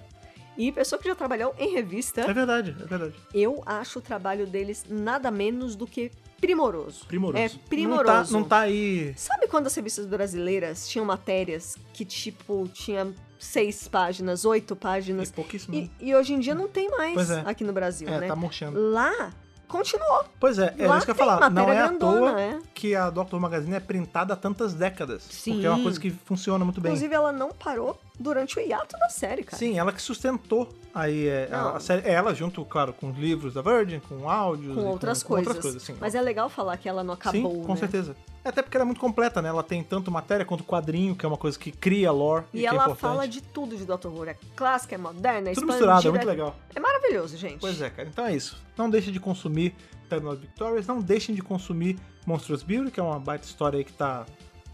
Speaker 2: e pessoa que já trabalhou em
Speaker 1: É
Speaker 2: revista,
Speaker 1: verdade, é verdade.
Speaker 2: eu acho o trabalho deles nada menos do que primoroso.
Speaker 1: Primoroso.
Speaker 2: É
Speaker 1: Não tá,
Speaker 2: primoroso.
Speaker 1: não tá aí.
Speaker 2: Sabe quando as revistas brasileiras tinham matérias que, tipo, tinha seis páginas, oito
Speaker 1: É
Speaker 2: páginas?
Speaker 1: pouquíssimo.
Speaker 2: E, e hoje em dia não tem mais
Speaker 1: Pois é.
Speaker 2: aqui no Brasil,
Speaker 1: é,
Speaker 2: né?
Speaker 1: tá murchando.
Speaker 2: Lá, continuou.
Speaker 1: Pois é, é
Speaker 2: Lá
Speaker 1: isso que eu ia
Speaker 2: tem
Speaker 1: falar. Não
Speaker 2: matéria
Speaker 1: é à
Speaker 2: grandona,
Speaker 1: toa
Speaker 2: é.
Speaker 1: que a Doctor Magazine é printada há tantas décadas.
Speaker 2: Sim.
Speaker 1: Porque é uma coisa que funciona muito bem.
Speaker 2: Inclusive, ela não parou durante o hiato da série, cara.
Speaker 1: Sim, ela que sustentou aí é, a,
Speaker 2: Não.
Speaker 1: a série. é Ela junto, claro, com os livros da Virgin, com áudios. e
Speaker 2: com outras
Speaker 1: com
Speaker 2: coisas.
Speaker 1: outras coisas sim.
Speaker 2: Mas é legal falar que ela não
Speaker 1: Sim,
Speaker 2: acabou,
Speaker 1: com
Speaker 2: né?
Speaker 1: certeza. Até porque ela é muito completa, né? Ela tem tanto matéria quanto quadrinho, que é uma coisa que cria lore. E,
Speaker 2: E
Speaker 1: que é
Speaker 2: ela
Speaker 1: importante.
Speaker 2: fala de tudo de Dr. Who. É clássica, é moderna,
Speaker 1: Tudo
Speaker 2: é expandida.
Speaker 1: misturado, é muito legal.
Speaker 2: É maravilhoso, gente.
Speaker 1: Pois é, cara. Então é isso. Não deixem de consumir Terminal Victorious, não deixem de consumir Monstrous Beauty, que é uma baita história aí que tá,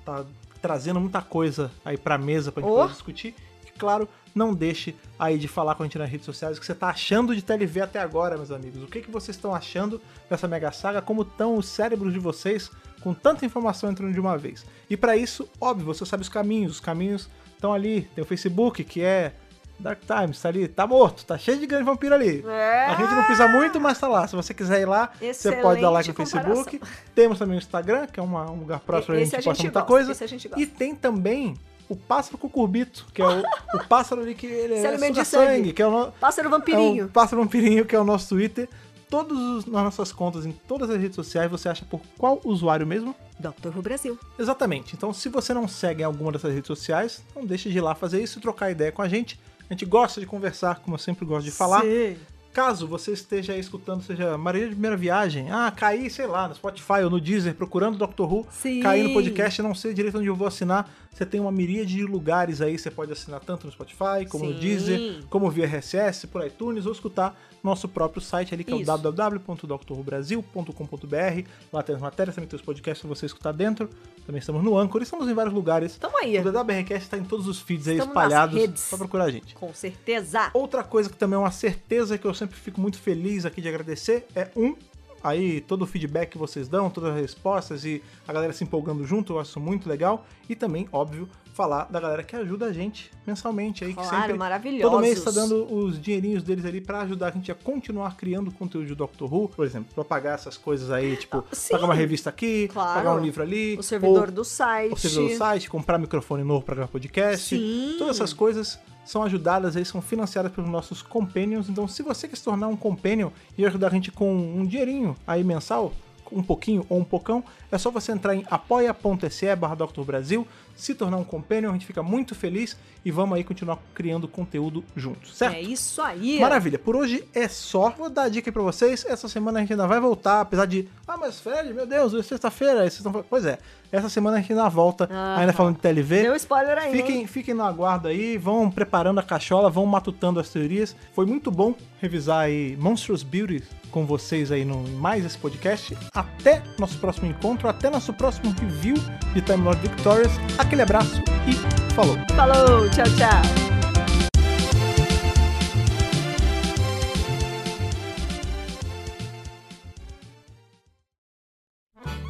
Speaker 1: tá trazendo muita coisa aí pra mesa pra gente
Speaker 2: Oh.
Speaker 1: poder discutir. E claro, não deixe aí de falar com a gente nas redes sociais o que você tá achando de TLV até agora, meus amigos. O que, que vocês estão achando dessa mega saga? Como estão os cérebros de vocês com tanta informação entrando de uma vez? E pra isso, óbvio, você sabe os caminhos. Os caminhos estão ali. Tem o Facebook, que é Dark Times, tá ali. Tá morto, tá cheio de grande vampiro ali.
Speaker 2: É.
Speaker 1: A gente não pisa muito, mas tá lá. Se você quiser ir lá, você pode dar like no
Speaker 2: Excelente comparação.
Speaker 1: Facebook. Temos também o Instagram, que é uma- um lugar próximo onde a
Speaker 2: Esse
Speaker 1: gente
Speaker 2: a gente
Speaker 1: posta muita
Speaker 2: gosta,
Speaker 1: coisa.
Speaker 2: esse a gente gosta.
Speaker 1: E tem também o pássaro cucurbito, que é o, o pássaro ali que ele
Speaker 2: *laughs* Se
Speaker 1: é
Speaker 2: alimenta de
Speaker 1: suga
Speaker 2: sangue.
Speaker 1: sangue, que é o, no-
Speaker 2: Pássaro
Speaker 1: é o
Speaker 2: vampirinho.
Speaker 1: pássaro vampirinho, que é o nosso Twitter. Todas os- nas nossas contas, em todas as redes sociais, você acha por qual usuário mesmo?
Speaker 2: Dr. Who Brasil.
Speaker 1: Exatamente. Então, se você não segue em alguma dessas redes sociais, não deixe de ir lá fazer isso e trocar ideia com a gente. A gente gosta de conversar, como eu sempre gosto de falar.
Speaker 2: Sim.
Speaker 1: Caso você esteja aí escutando, seja Maria de Primeira Viagem, ah, caí, sei lá, no Spotify ou no Deezer, procurando Doctor Who,
Speaker 2: Sim.
Speaker 1: caí no podcast, não sei direito onde eu vou assinar. Você tem uma miríade de lugares aí, você pode assinar tanto no Spotify, como no
Speaker 2: Sim.
Speaker 1: Deezer, como via RSS, por iTunes, ou escutar nosso próprio site ali, que é o
Speaker 2: Isso.
Speaker 1: www.doctorwhobrasil.com.br. Lá tem as matérias, também tem os podcasts pra você escutar dentro. Também estamos no Anchor, e estamos em vários lugares.
Speaker 2: Tamo aí.
Speaker 1: O DWRcast está tá em todos os feeds aí,
Speaker 2: Estamos nas
Speaker 1: espalhados.
Speaker 2: redes.
Speaker 1: Só procurar a gente.
Speaker 2: Com certeza.
Speaker 1: Outra coisa que também é uma certeza que eu sempre fico muito feliz aqui de agradecer é um. Aí todo o feedback que vocês dão, todas as respostas e a galera se empolgando junto, eu acho muito legal. E também, óbvio, falar da galera que ajuda a gente mensalmente aí, que
Speaker 2: Claro,
Speaker 1: sempre
Speaker 2: maravilhosos.
Speaker 1: todo mês tá dando os dinheirinhos deles ali pra ajudar a gente a continuar criando conteúdo de Doctor Who, por exemplo, pra pagar essas coisas aí, tipo,
Speaker 2: sim.
Speaker 1: pagar uma revista aqui,
Speaker 2: Claro.
Speaker 1: pagar um livro ali,
Speaker 2: O servidor
Speaker 1: ou
Speaker 2: do site.
Speaker 1: o servidor do site, comprar microfone novo para gravar podcast.
Speaker 2: Sim.
Speaker 1: Todas essas coisas são ajudadas aí, são financiadas pelos nossos companions. Então, se você quer se tornar um companion e ajudar a gente com um dinheirinho aí mensal, um pouquinho ou um pocão, é só você entrar em apoia.se barra Dr. Brasil, se tornar um companion, a gente fica muito feliz e vamos aí continuar criando conteúdo juntos, certo?
Speaker 2: É isso aí.
Speaker 1: Maravilha, por hoje é só. Vou dar a dica aí pra vocês. Essa semana a gente ainda vai voltar, apesar de. Ah, mas Fred, meu Deus, é sexta-feira. vocês estão- Pois é, essa semana a gente ainda volta,
Speaker 2: Ah,
Speaker 1: ainda
Speaker 2: tá.
Speaker 1: falando de TLV.
Speaker 2: Deu spoiler aí. hein?
Speaker 1: Fiquem, fiquem no aguardo aí, vão preparando a cachola, vão matutando as teorias. Foi muito bom revisar aí Monstrous Beauty com vocês aí no em mais esse podcast. Até nosso próximo encontro, até nosso próximo review de Time Lord Victorious. Aquele abraço e falou!
Speaker 2: Falou, tchau, tchau.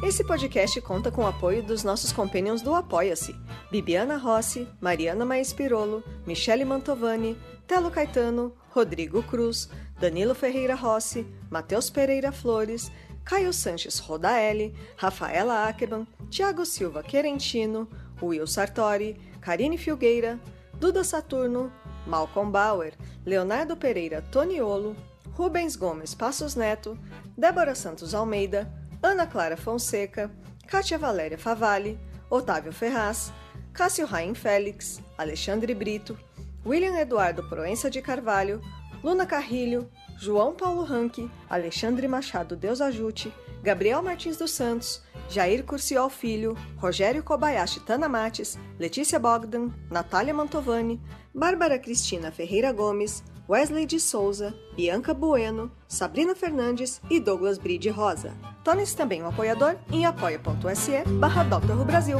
Speaker 2: Esse podcast conta com o apoio dos nossos companions do Apoia-se: Bibiana Rossi, Mariana Maes Pirolo, Michele Mantovani, Telo Caetano, Rodrigo Cruz, Danilo Ferreira Rossi, Matheus Pereira Flores, Caio Sanches Rodaelli, Rafaela Ackerman, Tiago Silva Querentino, Will Sartori, Karine Filgueira, Duda Saturno, Malcolm Bauer, Leonardo Pereira Toniolo, Rubens Gomes Passos Neto, Débora Santos Almeida, Ana Clara Fonseca, Kátia Valéria Favalli, Otávio Ferraz, Cássio Raim Félix, Alexandre Brito, William Eduardo Proença de Carvalho, Luna Carrilho, João Paulo Ranque, Alexandre Machado Deus Ajute, Gabriel Martins dos Santos, Jair Curciol Filho, Rogério Kobayashi Tana Mates, Letícia Bogdan, Natália Mantovani, Bárbara Cristina Ferreira Gomes, Wesley de Souza, Bianca Bueno, Sabrina Fernandes e Douglas Bride Rosa. Torne-se também um apoiador em apoia.se barra Dr. Who Brasil.